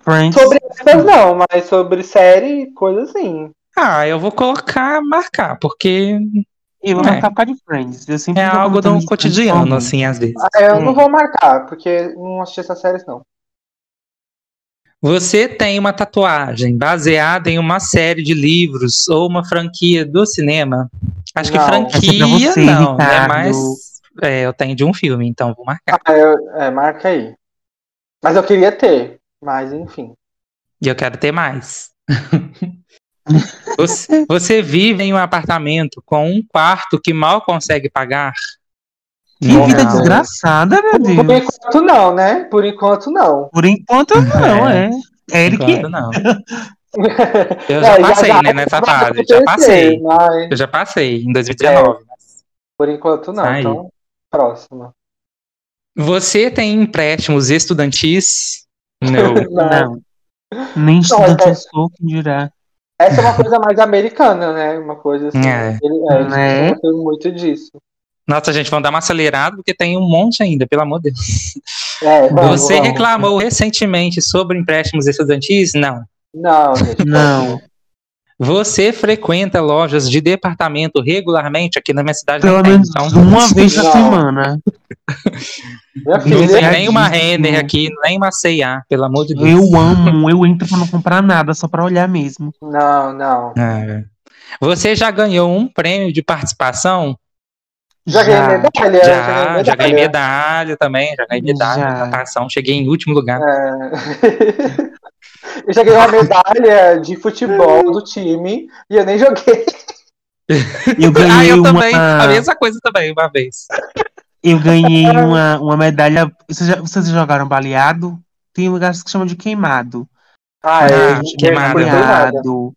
Friends. Sobre essas não, mas sobre série e coisa assim. Ah, eu vou colocar, marcar, porque Eu vou É. marcar por causa de Friends. Eu sempre É fico algo do contando de cotidiano, Friends. assim, às vezes. Ah, eu Hum. não vou marcar, porque não assisti essas séries, não. Você tem uma tatuagem baseada em uma série de livros ou uma franquia do cinema? Acho que Não. franquia Essa é pra você, não, né? Ricardo. Mas é, eu tenho de um filme, então vou marcar. Ah, eu- é, marca aí. Mas eu queria ter, mas enfim. E eu quero ter mais. você, você vive em um apartamento com um quarto que mal consegue pagar? né? Que É vida Não. desgraçada, meu Por Deus. enquanto não, né? Por enquanto não. Por enquanto, não, é. Eric, Enquanto não. Eu É, já já- passei, já- né, nessa vai fase. Já acontecer, passei. Mas é, Eu já passei, em 2019. por enquanto não, Aí. então próxima. Você tem empréstimos estudantis? Não. não. Nem estudante é- eu sou, quem dirá. Essa é uma coisa mais americana, né? Uma coisa assim. É. Ele, é, eles Né? gostam muito disso. Nossa, gente, vamos dar uma acelerada porque tem um monte ainda, pelo amor de Deus. É, vamos, Você vamos. reclamou recentemente sobre empréstimos estudantis? Não. Não, gente. Não. Você frequenta lojas de departamento regularmente aqui na minha cidade? Pelo não tem, menos então. uma vez na Não. semana. Minha Não filha, tem nem uma Renner Obrigadíssimo. aqui, nem uma C&A, pelo amor de Deus. Eu amo, eu entro pra não comprar nada, só pra olhar mesmo. Não, não. É. Você já ganhou um prêmio de participação? Já ganhei medalha. já, já ganhei medalha também, já ganhei medalha Já. na natação, cheguei em último lugar. medalha. É. eu já ganhei uma medalha de futebol do time e eu nem joguei. Eu ah, ganhei eu uma... também, a mesma coisa também, uma vez. Eu ganhei uma, uma medalha. Vocês, já- vocês jogaram baleado? Tem lugares que chamam de queimado. Ah, é, Ah, eu- queimada. eu não fui nada. Baleado.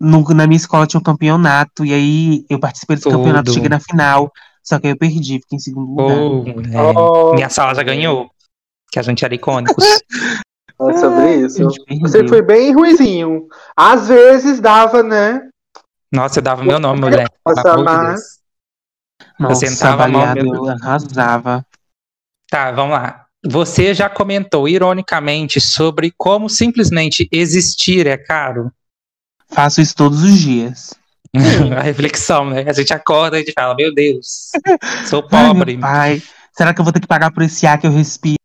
No- na minha escola tinha um campeonato, e aí eu participei desse Tudo. campeonato, cheguei na final, só que aí eu perdi, fiquei em segundo lugar. Oh, mulher. Oh, Minha sala já ganhou. Que a gente era icônicos. Oh, é sobre A isso. gente perdeu. Você foi bem ruizinho. Às vezes dava, né? Nossa, eu dava meu nome, mulher. Nossa, Pelo amor de mas- Deus. Nossa, sentava a mão baleado, mesmo. eu arrasava. Tá, vamos lá. Você já comentou ironicamente sobre como simplesmente existir é caro? Faço isso todos os dias. a reflexão, né? A gente acorda e a gente fala, meu Deus, sou Ai, pobre. meu pai, será que eu vou ter que pagar por esse ar que eu respiro?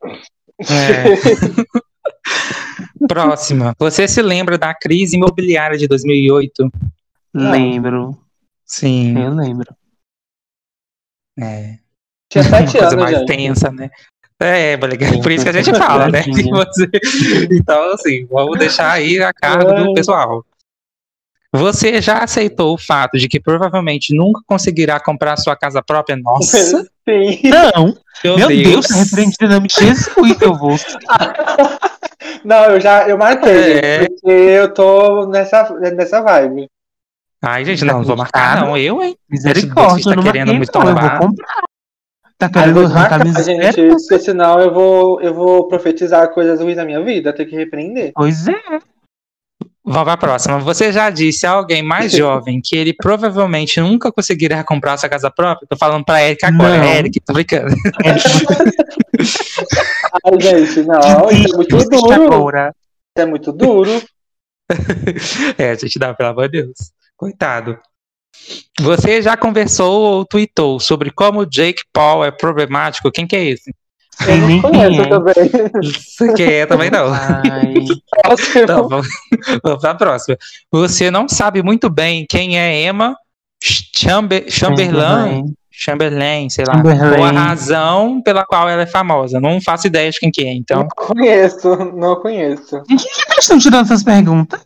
É. É. Próxima. Você se lembra da crise imobiliária de 2008? Não. Lembro. Sim. Eu lembro. É. Tinha sete Coisa anos, mais gente. tensa, né? É, Balegar, Sim, por isso que a sim. gente fala, né? Tadinha. Que você- Então, assim, vamos deixar aí a cargo do Ai. pessoal. Você já aceitou o fato de que provavelmente nunca conseguirá comprar sua casa própria? Nossa! Sim. Não, meu Deus, tá repreendida em nome de Jesus, eu vou. Não, eu já eu marquei, É. gente, porque eu tô nessa, nessa vibe. Ai, gente, não, não vou Tá marcar, não. Eu, hein? Misericórdia, Tá eu não querendo marquei, muito não, eu tombar. vou comprar. Tá Aí eu querendo vou arrancar marcar, minha gente, miséria? porque senão eu vou, eu vou profetizar coisas ruins na minha vida, ter que repreender. Pois é, Vamos para a próxima. Você já disse a alguém mais jovem que ele provavelmente nunca conseguirá comprar sua casa própria? Tô falando pra Eric agora. Não. Eric, tô brincando. é tipo, Ai, gente, não, isso é muito desiste, desiste duro. agora. Isso é muito duro. É, gente, dá, pelo amor de Deus. Coitado. Você já conversou ou tweetou sobre como o Jake Paul é problemático? Quem que é esse? Eu Sem não conheço ninguém. também. Quem é também não. Ai, Então, vamos, vamos pra próxima. Você não sabe muito bem quem é Emma Chamber, Chamberlain? Chamberlain, sei lá. Chamberlain. Ou a razão pela qual ela é famosa. Não faço ideia de quem que é, então. Não conheço, não conheço. Gente, o que eles estão tirando essas perguntas?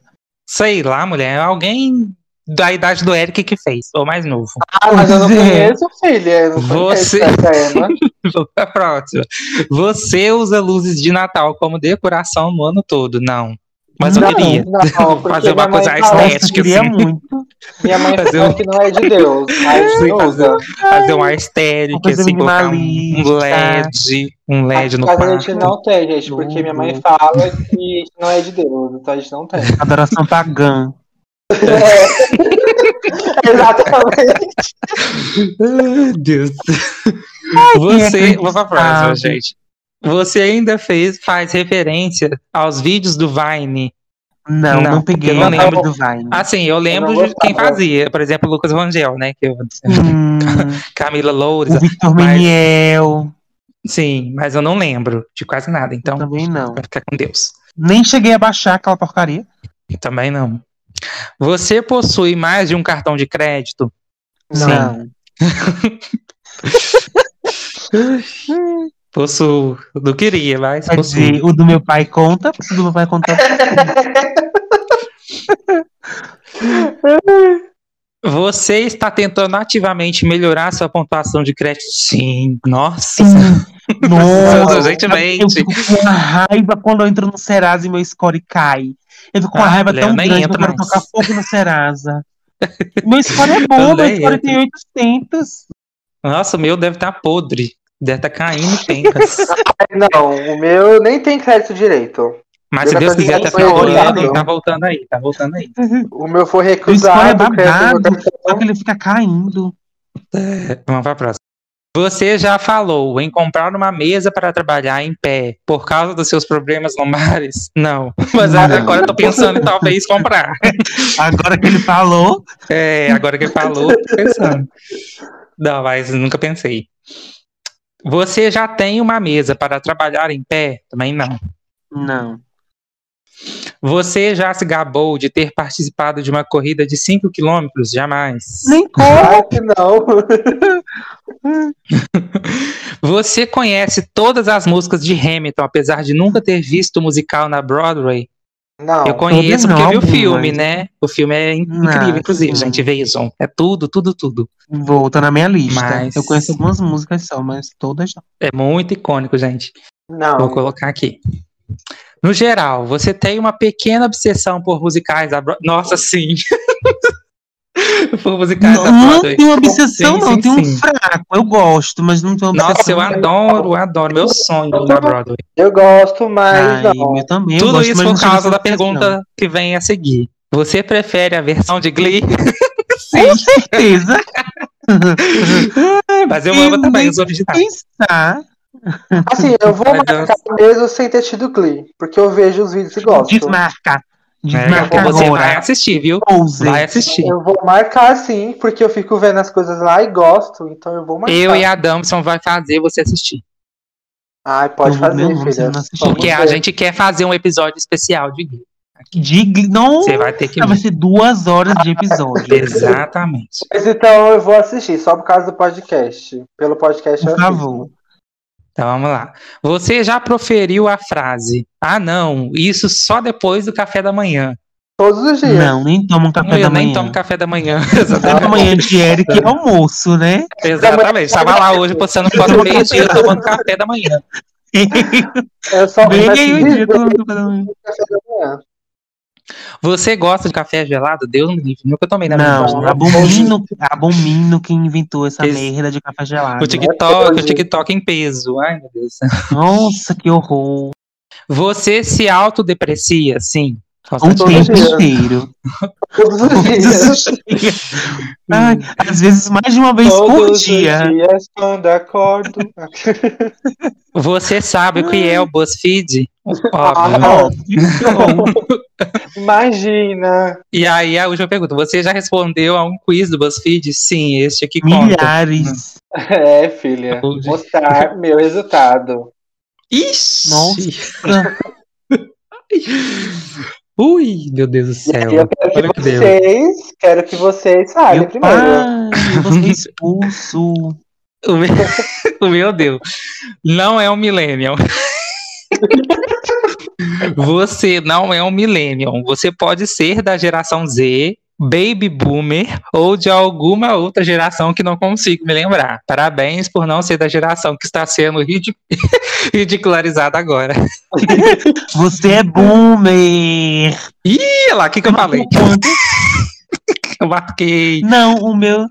Sei lá, mulher. Alguém da idade do Eric que fez, ou mais novo. Ah, mas eu não Pois é. conheço, filha. Eu não conheço Você- essa Emma. Vamos pra próxima. Você usa luzes de Natal como decoração no ano todo? Não. Mas eu Não, queria. não, porque Fazer uma minha coisa mãe mais fala- Nossa, estética. eu queria assim. é muito. Minha mãe Fazer falou um- que não é de Deus. né? Aí Sim, não usa. Fazer uma Uma estética, coisa assim, colocar um- um minimalista. LED, um LED no Mas a gente quarto. não tem, gente, porque minha mãe fala que não é de Deus, então a gente não tem. Adoração pagã. É. Exatamente. Ai, Deus. quem é Você, que vamos pra próxima, sabe? gente. Você ainda fez, faz referência aos vídeos do Vine Não, Não, não, peguei. eu Eu não lembro. lembro do Vine. Assim, eu lembro Eu não de quem gostava. fazia, por exemplo, Lucas Rangel, né? Que eu- Hum, Camila Loures, o Victor Mas- Meniel. sim, mas eu não lembro de quase nada, então Também não. vai ficar com Deus. Nem cheguei a baixar aquela porcaria. Também não. Você possui mais de um cartão de crédito? Não. Possuo. Não queria, mas Quer possuo. dizer, o do meu pai conta, o do meu pai conta. Você está tentando ativamente melhorar sua pontuação de crédito? Sim. Nossa, um Nossa, urgentemente. eu fico com uma raiva quando eu entro no Serasa e meu score cai. Eu fico com uma Ah, raiva Léo, tão nem grande que eu entra quero mais. tocar fogo no Serasa. Meu score é bom, Eu meu nem score tem 800. Nossa, o meu deve estar podre. Deve estar caindo pencas. Não, o meu nem tem crédito direito. Mas se Eu Deus tô quiser, até pensando final do em olhar, ano, não. tá voltando aí, tá voltando aí. O meu foi Meu score é recusado. babado, crédito do só que ele fica caindo. É, Vamos pra próxima. Você já falou em comprar uma mesa para trabalhar em pé por causa dos seus problemas lombares? Não. Mas Não. agora eu tô pensando em talvez comprar. Agora que ele falou, É, agora que ele falou, eu tô pensando. Não, mas nunca pensei. Você já tem uma mesa para trabalhar em pé? Também não. Não. Você já se gabou de ter participado de uma corrida de 5 quilômetros? Jamais. Nem como. Claro que não. Você conhece todas as músicas de Hamilton, apesar de nunca ter visto o musical na Broadway? Não. eu conheço todas porque eu vi o não, filme, mas- né? O filme é in- Não, incrível, inclusive, sim. gente. Vejam. É tudo, tudo, tudo. Volta na minha lista. Mas- Eu conheço algumas músicas só, mas todas não. É muito icônico, gente. Vou Não. colocar aqui. No geral, você tem uma pequena obsessão por musicais da Broadway. Nossa, sim! por musicais da não Broadway. tenho obsessão, tá Sim, não. sim, tenho um sim. fraco. Eu gosto, mas não tenho obsessão. Nossa, eu adoro, adoro. Meu sonho na Broadway. Eu gosto, mas Ai, não. eu também. eu Tudo gosto, isso mas não por tenho causa da obsessão. pergunta que vem a seguir. Você prefere a versão de Glee? Com certeza. Mas eu amo também os Tá. originais. Pensar. Assim, eu vou Mas eu- marcar mesmo sem ter tido Glee, porque eu vejo os vídeos e gosto. Desmarca. Desmarca É, você vai agora. assistir, viu? Pose. Vai assistir. Eu vou marcar sim, porque eu fico vendo as coisas lá e gosto, então eu vou marcar. Eu e a Damson vai fazer você assistir. Ai, pode Não, fazer, não, não, filha. não assisti. Vamos Porque a ver. gente quer fazer um episódio especial de Glee. De... gli- Não, Você vai ter que. vai ser duas horas de episódio. Exatamente. Mas então eu vou assistir, só por causa do podcast. Pelo podcast eu Por assisto. favor. Então vamos lá. Você já proferiu a frase: Ah, não, isso só depois do café da manhã. Todos os dias. Não, nem toma um café da eu manhã. nem tomo café da manhã. Café da manhã de Eric é almoço, né? Exatamente. Estava lá hoje postando foto meio dia tomando café da manhã. Eu só Bem ainda aí te o dia digo, eu tomando café da manhã. tomo café da manhã. Você gosta de café gelado? Deus me livre. é Nunca tomei na minha Não, vida. abomino, abomino quem inventou essa Esse- merda de café gelado. O TikTok, o TikTok em peso. Ai, meu Deus. Nossa, que horror. Você se autodeprecia, sim. Um Todo tempo dia. inteiro. Todos os dias. tá Ai, às vezes mais de uma vez por Todos os dia. dias quando acordo. Você sabe o que é o BuzzFeed? Óbvio. Ah, Óbvio. imagina. E aí, a última pergunta. Você já respondeu a um quiz do BuzzFeed? Sim, este aqui conta. Milhares. É, filha. Hoje. Mostrar meu resultado. Ixi! Nossa. Ui, meu Deus do E céu. aí eu quero Olha que que Deus. vocês. Quero que vocês falem Meu Ah, é primeiro. pai, eu vou ser Ah, é expulso. O meu, o meu Deus. Não é um millennial. Você não é um millennial. Você pode ser da geração Z, baby boomer ou de alguma outra geração que não consigo me lembrar. Parabéns por não ser da geração que está sendo ridic- ridicularizada agora. Você é boomer. Ih, olha lá, o que, que eu falei? Eu marquei, Não, o meu.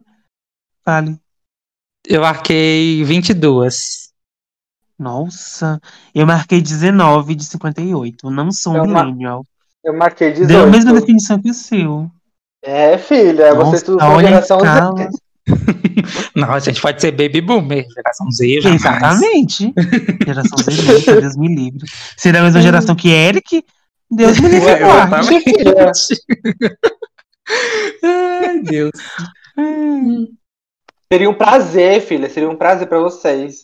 Fale. eu marquei 22. Nossa, eu marquei 19 de 58. Não sou É um uma- millennial. Eu marquei Deu a mesma 18. definição que o seu. É, filha. Vocês Nossa, tudo são olha a geração Z. escala. Não, a gente pode ser baby boomer, geração Z, jamais. Exatamente. Geração Z, nunca, Deus me livre. Você é da mesma geração que Eric? Deus me livre. Ué, eu acho. exatamente. Ai, Deus. Seria um prazer, filha. Seria um prazer pra vocês.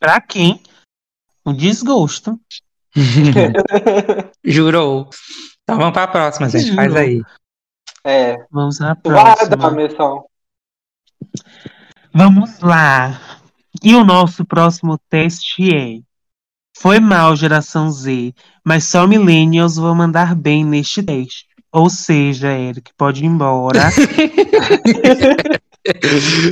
Pra quem? Um desgosto. Jurou. Então vamos pra próxima, gente. Faz Jurou. aí. É. Vamos à Guarda, próxima. Missão. Vamos lá. E o nosso próximo teste é: Foi mal, geração Z, mas só millennials vão mandar bem neste teste. Ou seja, Eric, pode ir embora.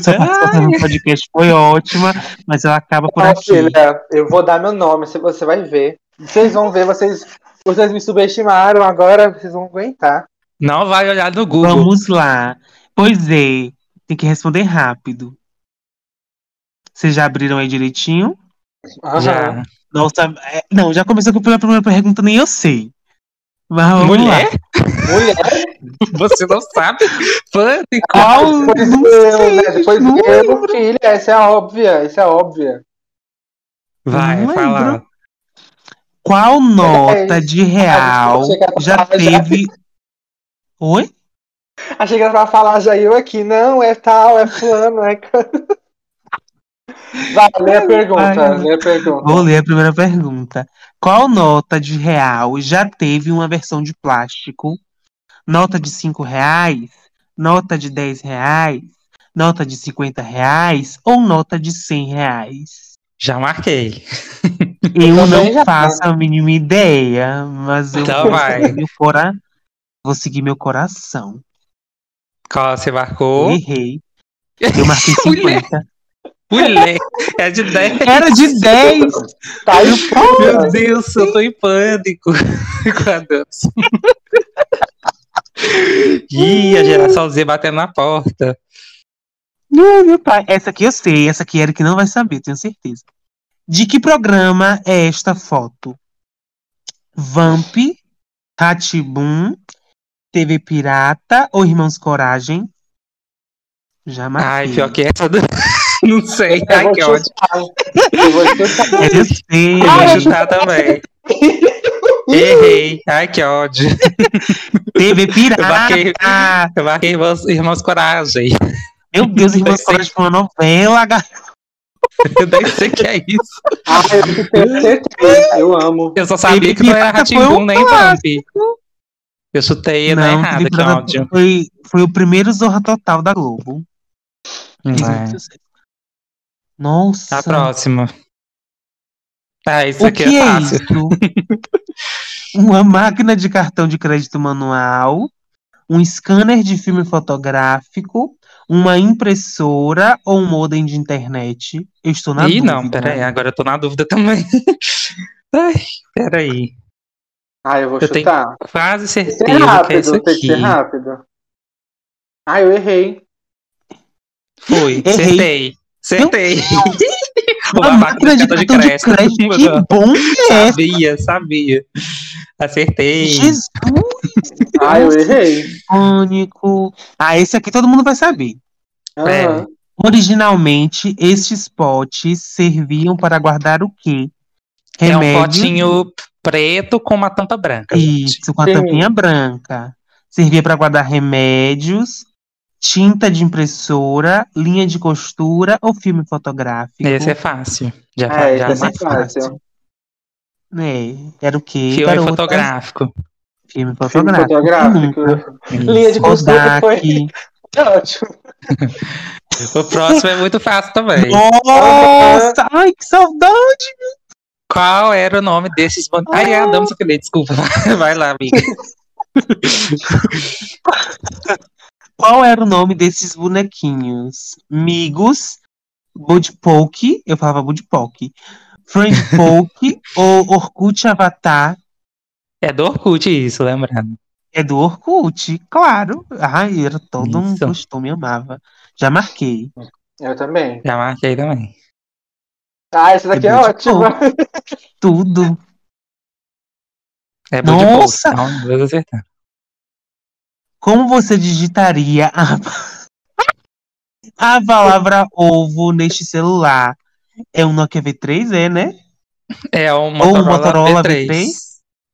Sua participação no podcast foi ótima, mas ela acaba por Ah, aqui. filha, eu vou dar meu nome, você- você vai ver. Vocês vão ver, vocês, vocês me subestimaram, agora vocês vão aguentar. Não vai olhar no Google. Vamos lá. Pois é, tem que responder rápido. Vocês já abriram aí direitinho? Aham. Já. Nossa, é- não, já começou com a primeira pergunta, nem eu sei. Mas vamos Mulher? lá. Mulher, Você não sabe? Fã, tem Qual? depois Não eu, sei, né? Depois não eu, filha, essa é óbvia, essa é óbvia. Vai, Não fala. lembro. Qual nota de real Achei que ela já tava- já- teve. Oi? Achei que ela tava falar já eu aqui, não, é tal, é fulano, é... ca- Vai, lê a pergunta, Ai, lê a pergunta. Vou ler a primeira pergunta. Qual nota de real já teve uma versão de plástico? Nota de 5 reais? Nota de 10 reais? Nota de 50 reais? Ou nota de 100 reais? Já marquei. Eu também já não faço a mínima ideia, mas eu Então vou vai. seguir meu cora... vou seguir meu coração. Qual você marcou? Errei. Eu marquei Mulher. 50. Mulher. É de 10. Era de 10! Tá aí, Meu Deus, eu tô em pânico. Com a dança. Ih, a geração Z batendo na porta. Não, meu pai. Essa aqui eu sei, essa aqui Eric não vai saber, tenho certeza. De que programa é esta foto? Vamp, Ratibum, TV Pirata ou Irmãos Coragem? Já Ai, marquei. pior que essa. do- Não sei. Ai, eu que vou ódio. chutar. Eu vou chutar. Ah, Eu sei. Eu Ai, vou chutar tá também. Errei. Ai, que ódio. TV Pirata. marquei. Eu marquei Irmãos, Irmãos Coragem. Meu Deus, Irmãos Coragem foi uma novela, gar- Eu nem sei o que é isso. Ah, eu tenho certeza, eu amo. Eu só sabia Ele que não era pirata foi um Ratimbun nem Vamp. Eu chutei na Não, errada aqui, Tribuna áudio. Foi, foi o primeiro Zorra Total da Globo. Fez É. muito sucesso. Nossa. A próxima. Ah, Tá isso O aqui que é é, fácil. isso? Uma máquina de cartão de crédito manual, um scanner de filme fotográfico, uma impressora ou um modem de internet. Eu estou na Ih, dúvida. né? não, peraí, agora eu tô na dúvida também. Ai, peraí. Ah, eu vou Eu tenho chutar. Quase Tem que ser certeza que é isso rápido, tem que aqui. ser rápido. Ah, eu errei. Foi, Errei. Ah, acertei. Acertei. Uma máquina de cartão de crédito. Que bom que é. Sabia, sabia. Acertei. Jesus, Ah, eu errei. pânico. Ah, esse aqui todo mundo vai saber. Aham. Originalmente, estes potes serviam para guardar o quê? É um Remédio potinho preto com uma tampa branca. gente. Isso, com a Sim. tampinha branca. Servia para guardar remédios, tinta de impressora, linha de costura ou filme fotográfico. Esse é fácil. Já, fa- É, já esse é sei. mais fácil. É, era o quê? Filme garota? fotográfico. Filme Filme fotográfico. Hum, fotográfico. Linha de costura foi. Kodak. É Ótimo. O próximo é muito fácil também. Nossa! Ai, que saudade! Qual era o nome desses bonecos? Ai, é Ah. a Dama Sofia, desculpa. Vai lá, amiga. Qual era o nome desses bonequinhos? Migos, Budpoke, eu falava Budpoke, Friendpoke ou Orkut Avatar É do Orkut isso, lembrando. É do Orkut, claro. Ai, era todo um Isso. costume, amava. Já marquei. Eu também. Já marquei também. Ah, essa daqui é Muito ótima. Tudo. É bom de pouco, Nossa! então não vou acertar. Como você digitaria a, a palavra ovo neste celular? É um Nokia V3, é, né? É o Ou Motorola, Motorola V3. V3?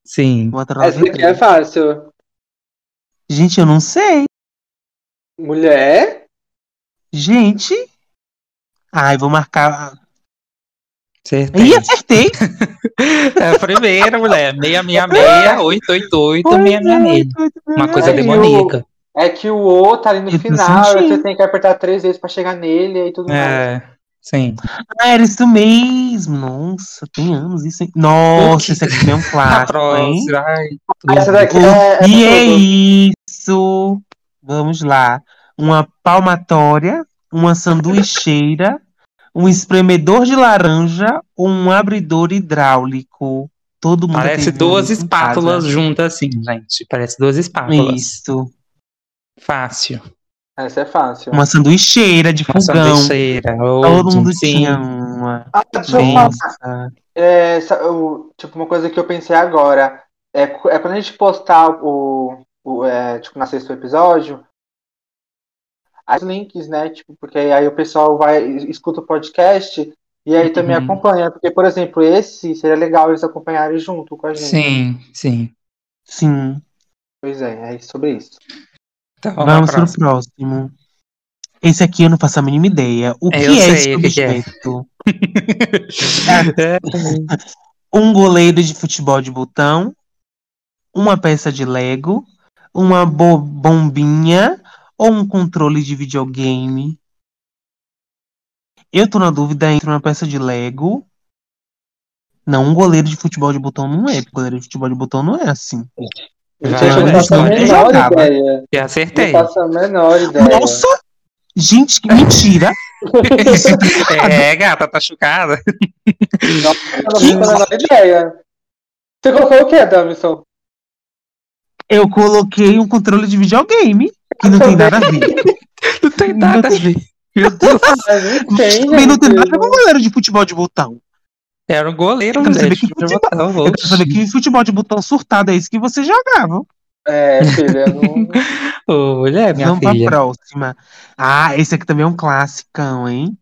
Sim. Um Motorola Essa daqui é V3. fácil. Gente, eu não sei. Mulher? Gente. Ai, vou marcar. Acertei. Ih, acertei. É a primeira, mulher. 666, 888, é, 666. Uma coisa Ai, eu- demoníaca. É que o O tá ali no Eu tô final, sentindo. você tem que apertar três vezes pra chegar nele e tudo mais. É, sim. Ah, era isso mesmo. Nossa, tem anos isso. Hein? Nossa, esse aqui é um A clássico, hein? próxima. Ai, Ah, Essa daqui O é. que é é tudo. isso? Vamos lá. Uma palmatória, uma sanduicheira, um espremedor de laranja ou um abridor hidráulico. Todo mundo Parece teve duas isso em espátulas juntas, assim, gente. Parece duas casa. espátulas. Isso. Fácil. Essa é fácil. Uma sanduicheira de Uma fogão. sanduicheira. Um Todo hoje, mundo sim. tinha uma. Ah, deixa eu falar. Nossa. É, sa- o- tipo, uma coisa que eu pensei agora. É, cu- é quando a gente postar o. o, é, tipo, na sexta episódio. As links, né? Tipo, porque aí o pessoal vai, e- escuta o podcast e aí também Uhum. acompanha. Porque, por exemplo, esse seria legal eles acompanharem junto com a gente. Sim, sim. Sim. Pois é, é sobre isso. Então, vamos Vamos pra pro próxima. próximo. Esse aqui eu não faço a mínima ideia. O que Eu é sei esse o que que é. objeto? Um goleiro de futebol de botão, uma peça de Lego, uma bo- bombinha ou um controle de videogame? Eu tô na dúvida entre uma peça de Lego. Não, um goleiro de futebol de botão não é. porque Goleiro de futebol de botão não é assim. Vai, Gente, eu Então, tipo, não vai, faço a vai. menor Jogava. ideia. Já Não acertei. faço a menor ideia. Nossa! Gente, que mentira! É, gata, tá chocada. Eu não faço a menor ideia. Você colocou o que, Damison? Eu coloquei um controle de videogame que não tem nada a ver. Não tem nada a ver. Meu Deus. Mas Um não tem, né? Também não tem um gente. nada a ver com um goleiro de futebol de botão. Era um goleiro, Eu quero saber gente. que futebol- um Eu quero saber que futebol de botão surtado é esse que vocês jogavam. É, filha, não. Olha, minha Vamos pra filha. próxima. Ah, esse aqui também é um classicão, hein?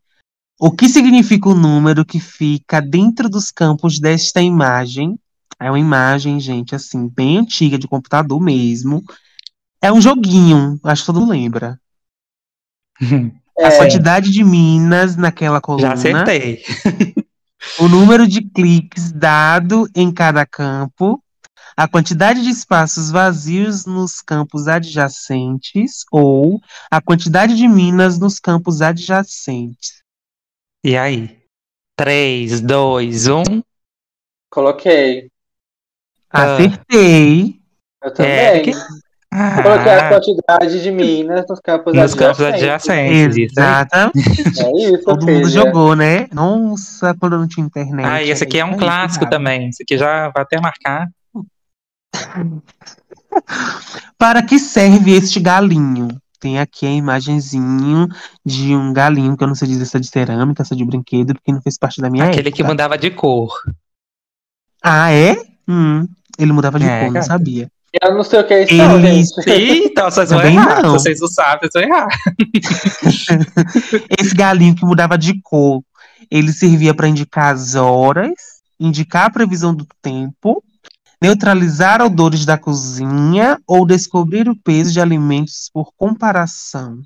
O que significa o número que fica dentro dos campos desta imagem? É uma imagem, gente, assim, bem antiga, de computador mesmo. É um joguinho, acho que todo mundo lembra. É, A quantidade de minas naquela Já coluna. acertei. o número de cliques dado em cada campo, a quantidade de espaços vazios nos campos adjacentes ou a quantidade de minas nos campos adjacentes. E aí? um. 3, 2, 1. Coloquei. Ah. Acertei. Eu também. É, que- Eu Coloquei a Ah, quantidade de minas nos campos nos campos adjacentes. adjacentes. É isso né? aí. Exata. É isso, Todo mundo filha. jogou, né? Nossa, quando eu não tinha internet. Ah, e esse aqui é um Aí, clássico sabe? também. Esse aqui já vai até marcar. Para que serve este galinho? Tem aqui a imagenzinho de um galinho, que eu não sei dizer se é de cerâmica, se é de brinquedo, porque não fez parte da minha Aquele que época. mudava de cor. Ah, é? Hum, ele mudava de É, cor, não cara. sabia. Eu não sei o que é isso, não, Ele- gente. Ih, então vocês vão Também errar. não. Se vocês não sabem, vocês vão errar. Esse galinho que mudava de cor, ele servia para indicar as horas, indicar a previsão do tempo, neutralizar odores da cozinha ou descobrir o peso de alimentos por comparação.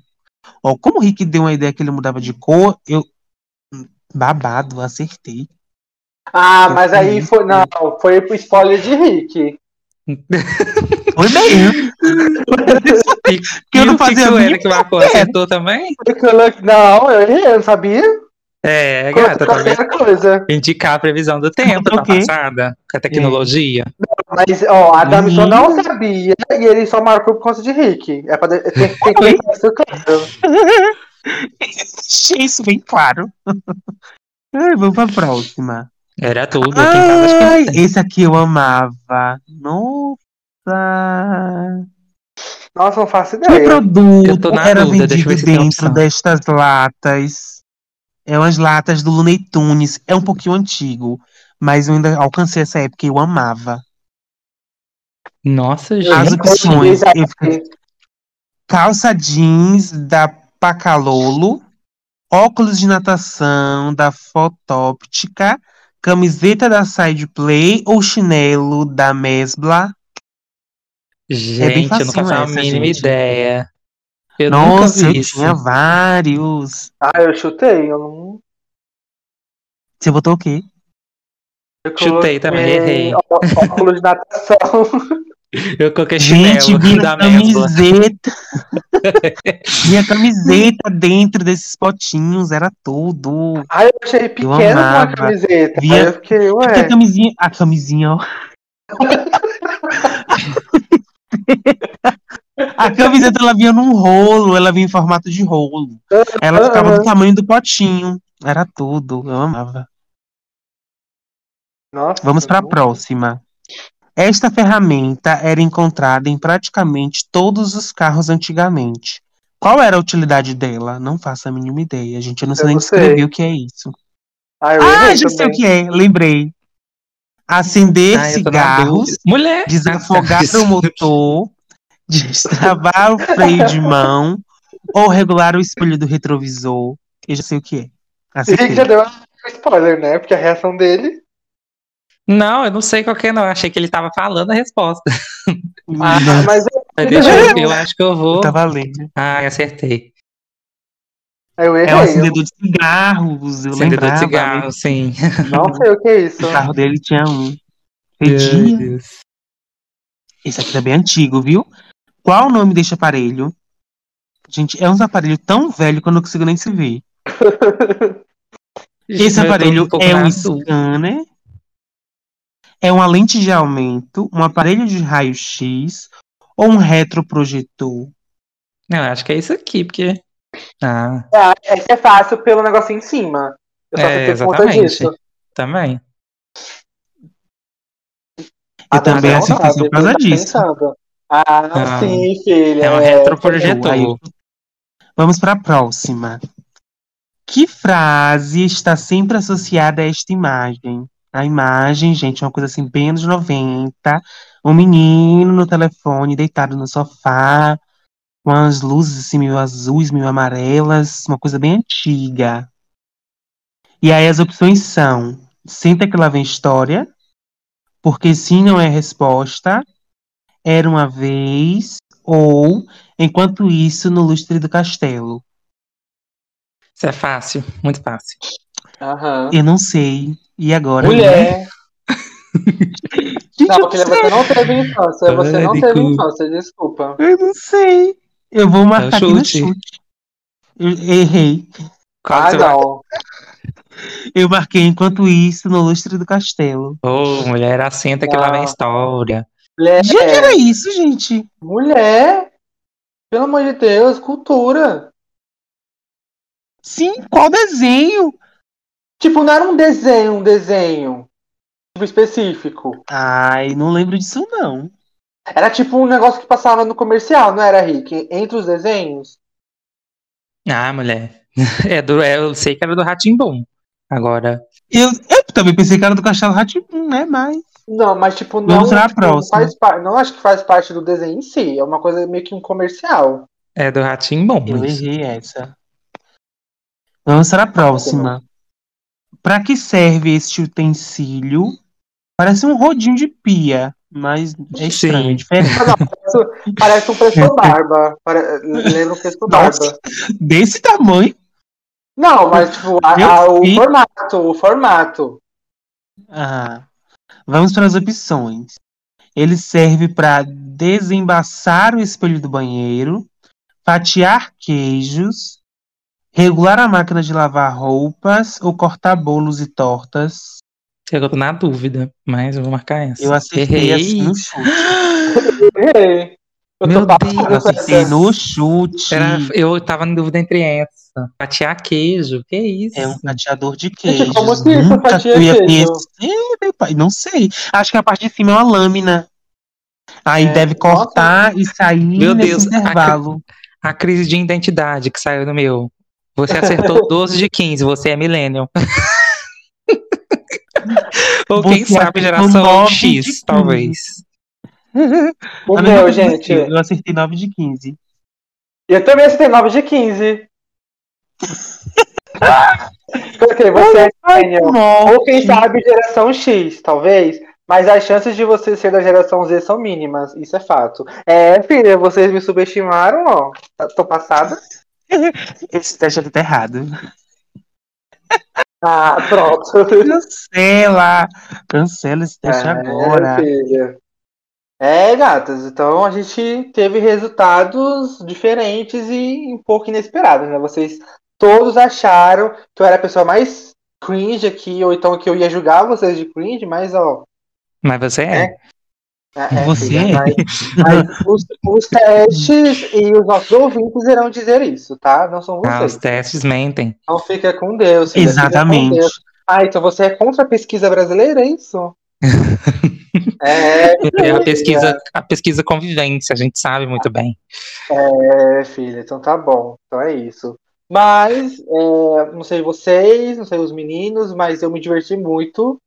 Ó, como o Rick deu uma ideia que ele mudava de cor, eu. Babado, acertei. Ah, mas aí foi. Não, foi pro spoiler de Rick. Foi mesmo. E Que eu não o que fazia que o a Eric marcou? Acertou também? Eu coloquei- Não, eu errei, eu não sabia? É, gata, tá vendo? Qualquer coisa. Indicar a previsão do tempo, tá Ok. passada? Com a tecnologia. Mas, ó, a Damisson Hum. não sabia e ele só marcou por causa de Rick. É pra de- tem, tem que Oi? deixar isso claro. Achei isso bem claro. Ai, vamos pra próxima. Era tudo. Aqui em casa, acho que- é Ai, esse aqui eu amava. Nossa. Nossa, não faço Que ideia. É, Eu tô produto na era dúvida, deixa eu ver vendido se tem dentro opção. destas latas? É umas latas do Looney Tunes. É um pouquinho antigo, mas eu ainda alcancei essa época e eu amava. Nossa, As gente. opções. Exato. eu fiquei- calça jeans da Pacalolo, óculos de natação da Fotóptica, camiseta da Side Play ou chinelo da Mesbla. bem Gente, eu não facinho faço a essa, mínima gente. ideia. Eu Nossa, nunca vi eu isso. tinha vários. Ah, eu chutei, eu não. Você botou o quê? eu Chutei também, coloquei errei. ó- Óculos de natação. Eu coloquei Gente, chinelo minha da mesma. camiseta. minha camiseta dentro desses potinhos era tudo. Ah, eu achei pequeno com a amava. camiseta. Via- Aí eu fiquei, Porque a ué. camisinha. A camisinha, ó. a camiseta ela vinha num rolo, ela vinha em formato de rolo. Ela ficava do tamanho do potinho. Era tudo, eu amava. Nossa, Vamos para a não- próxima. Esta ferramenta era encontrada em praticamente todos os carros antigamente. Qual era a utilidade dela? Não faço a mínima ideia. A gente eu não sei Eu nem não sei. descrever o que é isso. Ah, eu Ah, errei já sei o também. que é, lembrei. Acender Ai, Ah, eu tô na cigarros, dúvida. Mulher! desafogar o motor, destravar o freio de mão ou regular o espelho do retrovisor. Eu já sei o que é. Rick já Acertei. deu um spoiler, né? Porque a reação dele. Não, eu não sei qual que é, não. Eu achei que ele tava falando a resposta. Ah, mas Mas Deixa eu ver, eu acho que eu Eu vou. tava lendo. Ah, acertei. eu errei. É um eu acendedor de cigarros, eu Acendedor lembrava. de cigarro, é né? sim. não sei o que é isso. O carro dele tinha um. É. Meu Fedia. Deus. Esse aqui também é antigo, viu? Qual o nome deste aparelho? Gente, é um aparelho tão velho que eu não consigo nem se ver. Esse Eu tô aparelho pouco é na um dúvida. scanner, é uma lente de aumento, um aparelho de raio-x ou um retroprojetor. Não, eu acho que é isso aqui, porque. Ah, Ah, esse é fácil pelo negócio em cima. Eu só é, fiquei por conta exatamente. disso. Também. Eu Ah, também não, acertei sabe, só por causa tá disso. pensando. Ah, Não. sim, filha. É um retroprojetor. Aí- Vamos para a próxima. Que frase está sempre associada a esta imagem? A imagem, gente, é uma coisa assim, bem anos 90. Um menino no telefone, deitado no sofá, com as luzes assim, meio azuis, meio amarelas, uma coisa bem antiga. E aí as opções são: senta que lá vem história, porque sim não é resposta, era uma vez, ou enquanto isso no lustre do castelo. Isso é fácil, muito fácil. Aham. Eu não sei. E agora? né? Mulher. Gente, Não, eu, porque não você sei, não teve infância. Você não teve Érico. infância, desculpa. eu não sei. Eu vou marcar aqui no chute. chute. Eu errei. Qual Ah, você vai- não. Eu marquei enquanto isso no lustre do castelo. Ô, mulher, assenta que lá vem Não. história. Mulher, Gente, era isso, gente. mulher, pelo amor de Deus, cultura. Sim, qual desenho? Tipo, não era um desenho, um desenho. Tipo, específico. Ai, não lembro disso, não. Era tipo um negócio que passava no comercial, não era, Rick? Entre os desenhos? Ah, mulher. É do, é, eu sei que era do Ratimbum. Agora, Eu, eu também pensei que era do Castelo Rá-Tim-Bum, né? Mas. Não, mas tipo, não, Vamos lá, tipo, não próxima. faz parte. Não acho que faz parte do desenho em si. É uma coisa meio que um comercial. é do Ratimbum. Eu errei essa. Vamos para a próxima. Para que serve este utensílio? Parece um rodinho de pia, mas é estranho, Sim. é diferente. Ah, não, parece, parece um preço barba. Pare- Lembra um preço barba. Nossa. Desse tamanho. Não, mas tipo, a- Eu a- o vi. formato, o formato. Ah, vamos para as opções. Ele serve para desembaçar o espelho do banheiro, fatiar queijos, regular a máquina de lavar roupas ou cortar bolos e tortas. Eu tô na dúvida, mas eu vou marcar essa. Eu acertei assim no chute. Errei. Eu Meu tô passando Deus, essa. Acertei no chute. Era- eu tava em dúvida entre essa. Fatiar queijo, que isso? É um fatiador de Gente, queijos. como que isso Nunca fatia tu ia queijo? conhecer, meu pai. Não sei. Acho que a parte de cima é uma lâmina. Aí É, deve cortar e sair Meu nesse Deus, a- intervalo. A crise de identidade que saiu no meu. Você acertou 12 de 15, você é millennial. Ou quem Você sabe acertou geração 9 de X, 15. talvez. O A mesma meu, coisa gente. que Eu eu acertei 9 de 15. Eu também acertei 9 de 15. Porque você é millennial. Nossa. Ou quem sabe geração X, talvez. Mas as chances de você ser da geração Z são mínimas, isso é fato. É, filha, vocês me subestimaram, ó. Tá- Tô passada. Esse teste aqui tá errado. Ah, pronto. Cancela! Cancela esse teste É, agora. filha. É, gatas, então a gente teve resultados diferentes e um pouco inesperados, né? Vocês todos acharam que eu era a pessoa mais cringe aqui, ou então que eu ia julgar vocês de cringe, mas ó. Mas você é. É. é, é, Você é. mas, mas os, os testes e os nossos ouvintes irão dizer isso, tá? Não são Ah, os vocês. testes mentem. Então fica com Deus. filha, fica com Exatamente. Deus. Ah, então você é contra a pesquisa brasileira, é isso? é, É a pesquisa, a pesquisa convivência, a gente sabe muito bem. É, filha, então tá bom. Então é isso. Mas, é, não sei vocês, não sei os meninos, mas eu me diverti muito.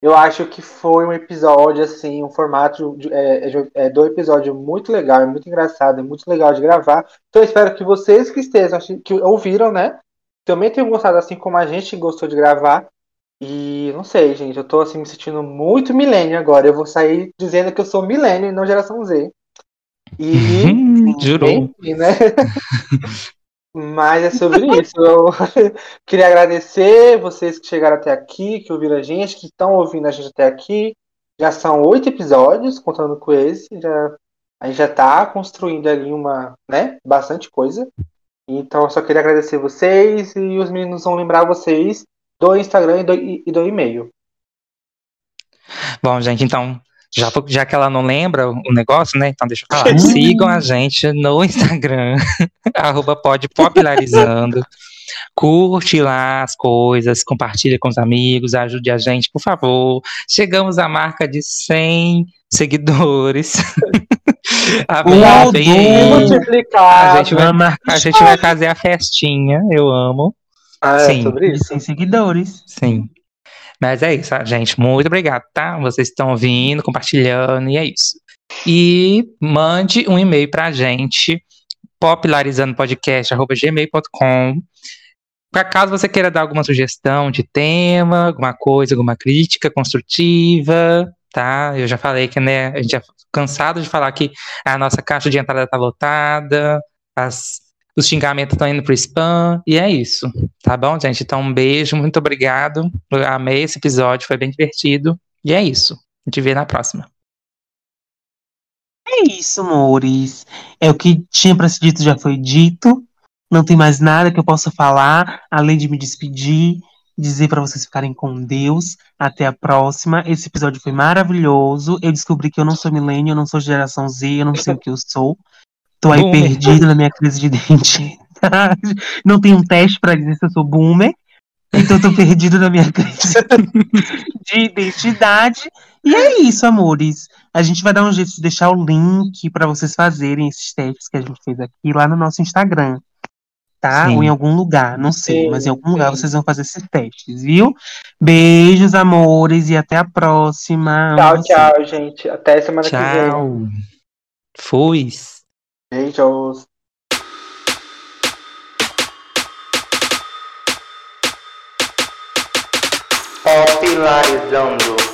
Eu acho que foi um episódio, assim, um formato de- é, de- é, do episódio muito legal, é muito engraçado, é muito legal de gravar. Então eu espero que vocês que estejam, que ouviram, né? Também tenham gostado, assim como a gente gostou de gravar. E não sei, gente, eu tô assim me sentindo muito milênio agora. Eu vou sair dizendo que eu sou milênio e não geração Z. E. Uhum. Hum, jurou. Enfim, né? Mas é sobre isso. Eu queria agradecer vocês que chegaram até aqui, que ouviram a gente, que estão ouvindo a gente até aqui. Já são oito episódios, contando com esse. Já, a gente já está construindo ali uma, né? Bastante coisa. Então eu só queria agradecer vocês e os meninos vão lembrar vocês do Instagram e do, e- e do e-mail. Bom, gente, então, já, tô- já que ela não lembra o negócio, né? Então deixa eu falar. Sigam a gente no Instagram, arroba pode popularizando. Curte lá as coisas, compartilha com os amigos, ajude a gente, por favor. Chegamos à marca de 100 seguidores. E Hum. Parabéns! multiplicar. A gente vai- Uma marca A gente vai fazer a festinha, eu amo. Ah, é Sim. sobre de isso. 100 seguidores. Sim. Mas é isso, gente. Muito obrigado, tá? Vocês estão ouvindo, compartilhando, e é isso. E mande um e-mail pra gente, popularizandopodcast.gmail.com. Pra caso você queira dar alguma sugestão de tema, alguma coisa, alguma crítica construtiva, tá? Eu já falei que, né, a gente é cansado de falar que a nossa caixa de entrada tá lotada, as- os xingamentos estão indo pro spam, e é isso. Tá bom, gente? Então, um beijo, muito obrigado. Eu amei esse episódio, foi bem divertido. E é isso. A gente vê na próxima. É isso, amores. É o que tinha para ser dito, já foi dito. Não tem mais nada que eu possa falar, além de me despedir, dizer para vocês ficarem com Deus. Até a próxima. Esse episódio foi maravilhoso. Eu descobri que eu não sou milênio, eu não sou geração Z, eu não sei o que eu sou. Tô aí Boomer. perdido na minha crise de identidade. Não tenho um teste para dizer se eu sou boomer. Então tô perdido na minha crise de identidade. E é isso, amores. A gente vai dar um jeito de deixar o link para vocês fazerem esses testes que a gente fez aqui lá no nosso Instagram. Tá? Sim. Ou em algum lugar, não sei, Sim, mas em algum sim. lugar vocês vão fazer esses testes, viu? Beijos, amores, e até a próxima. Amo Tchau, tchau, vocês. gente. Até semana que Tchau. Fui. vem. Beijos. Popularizando.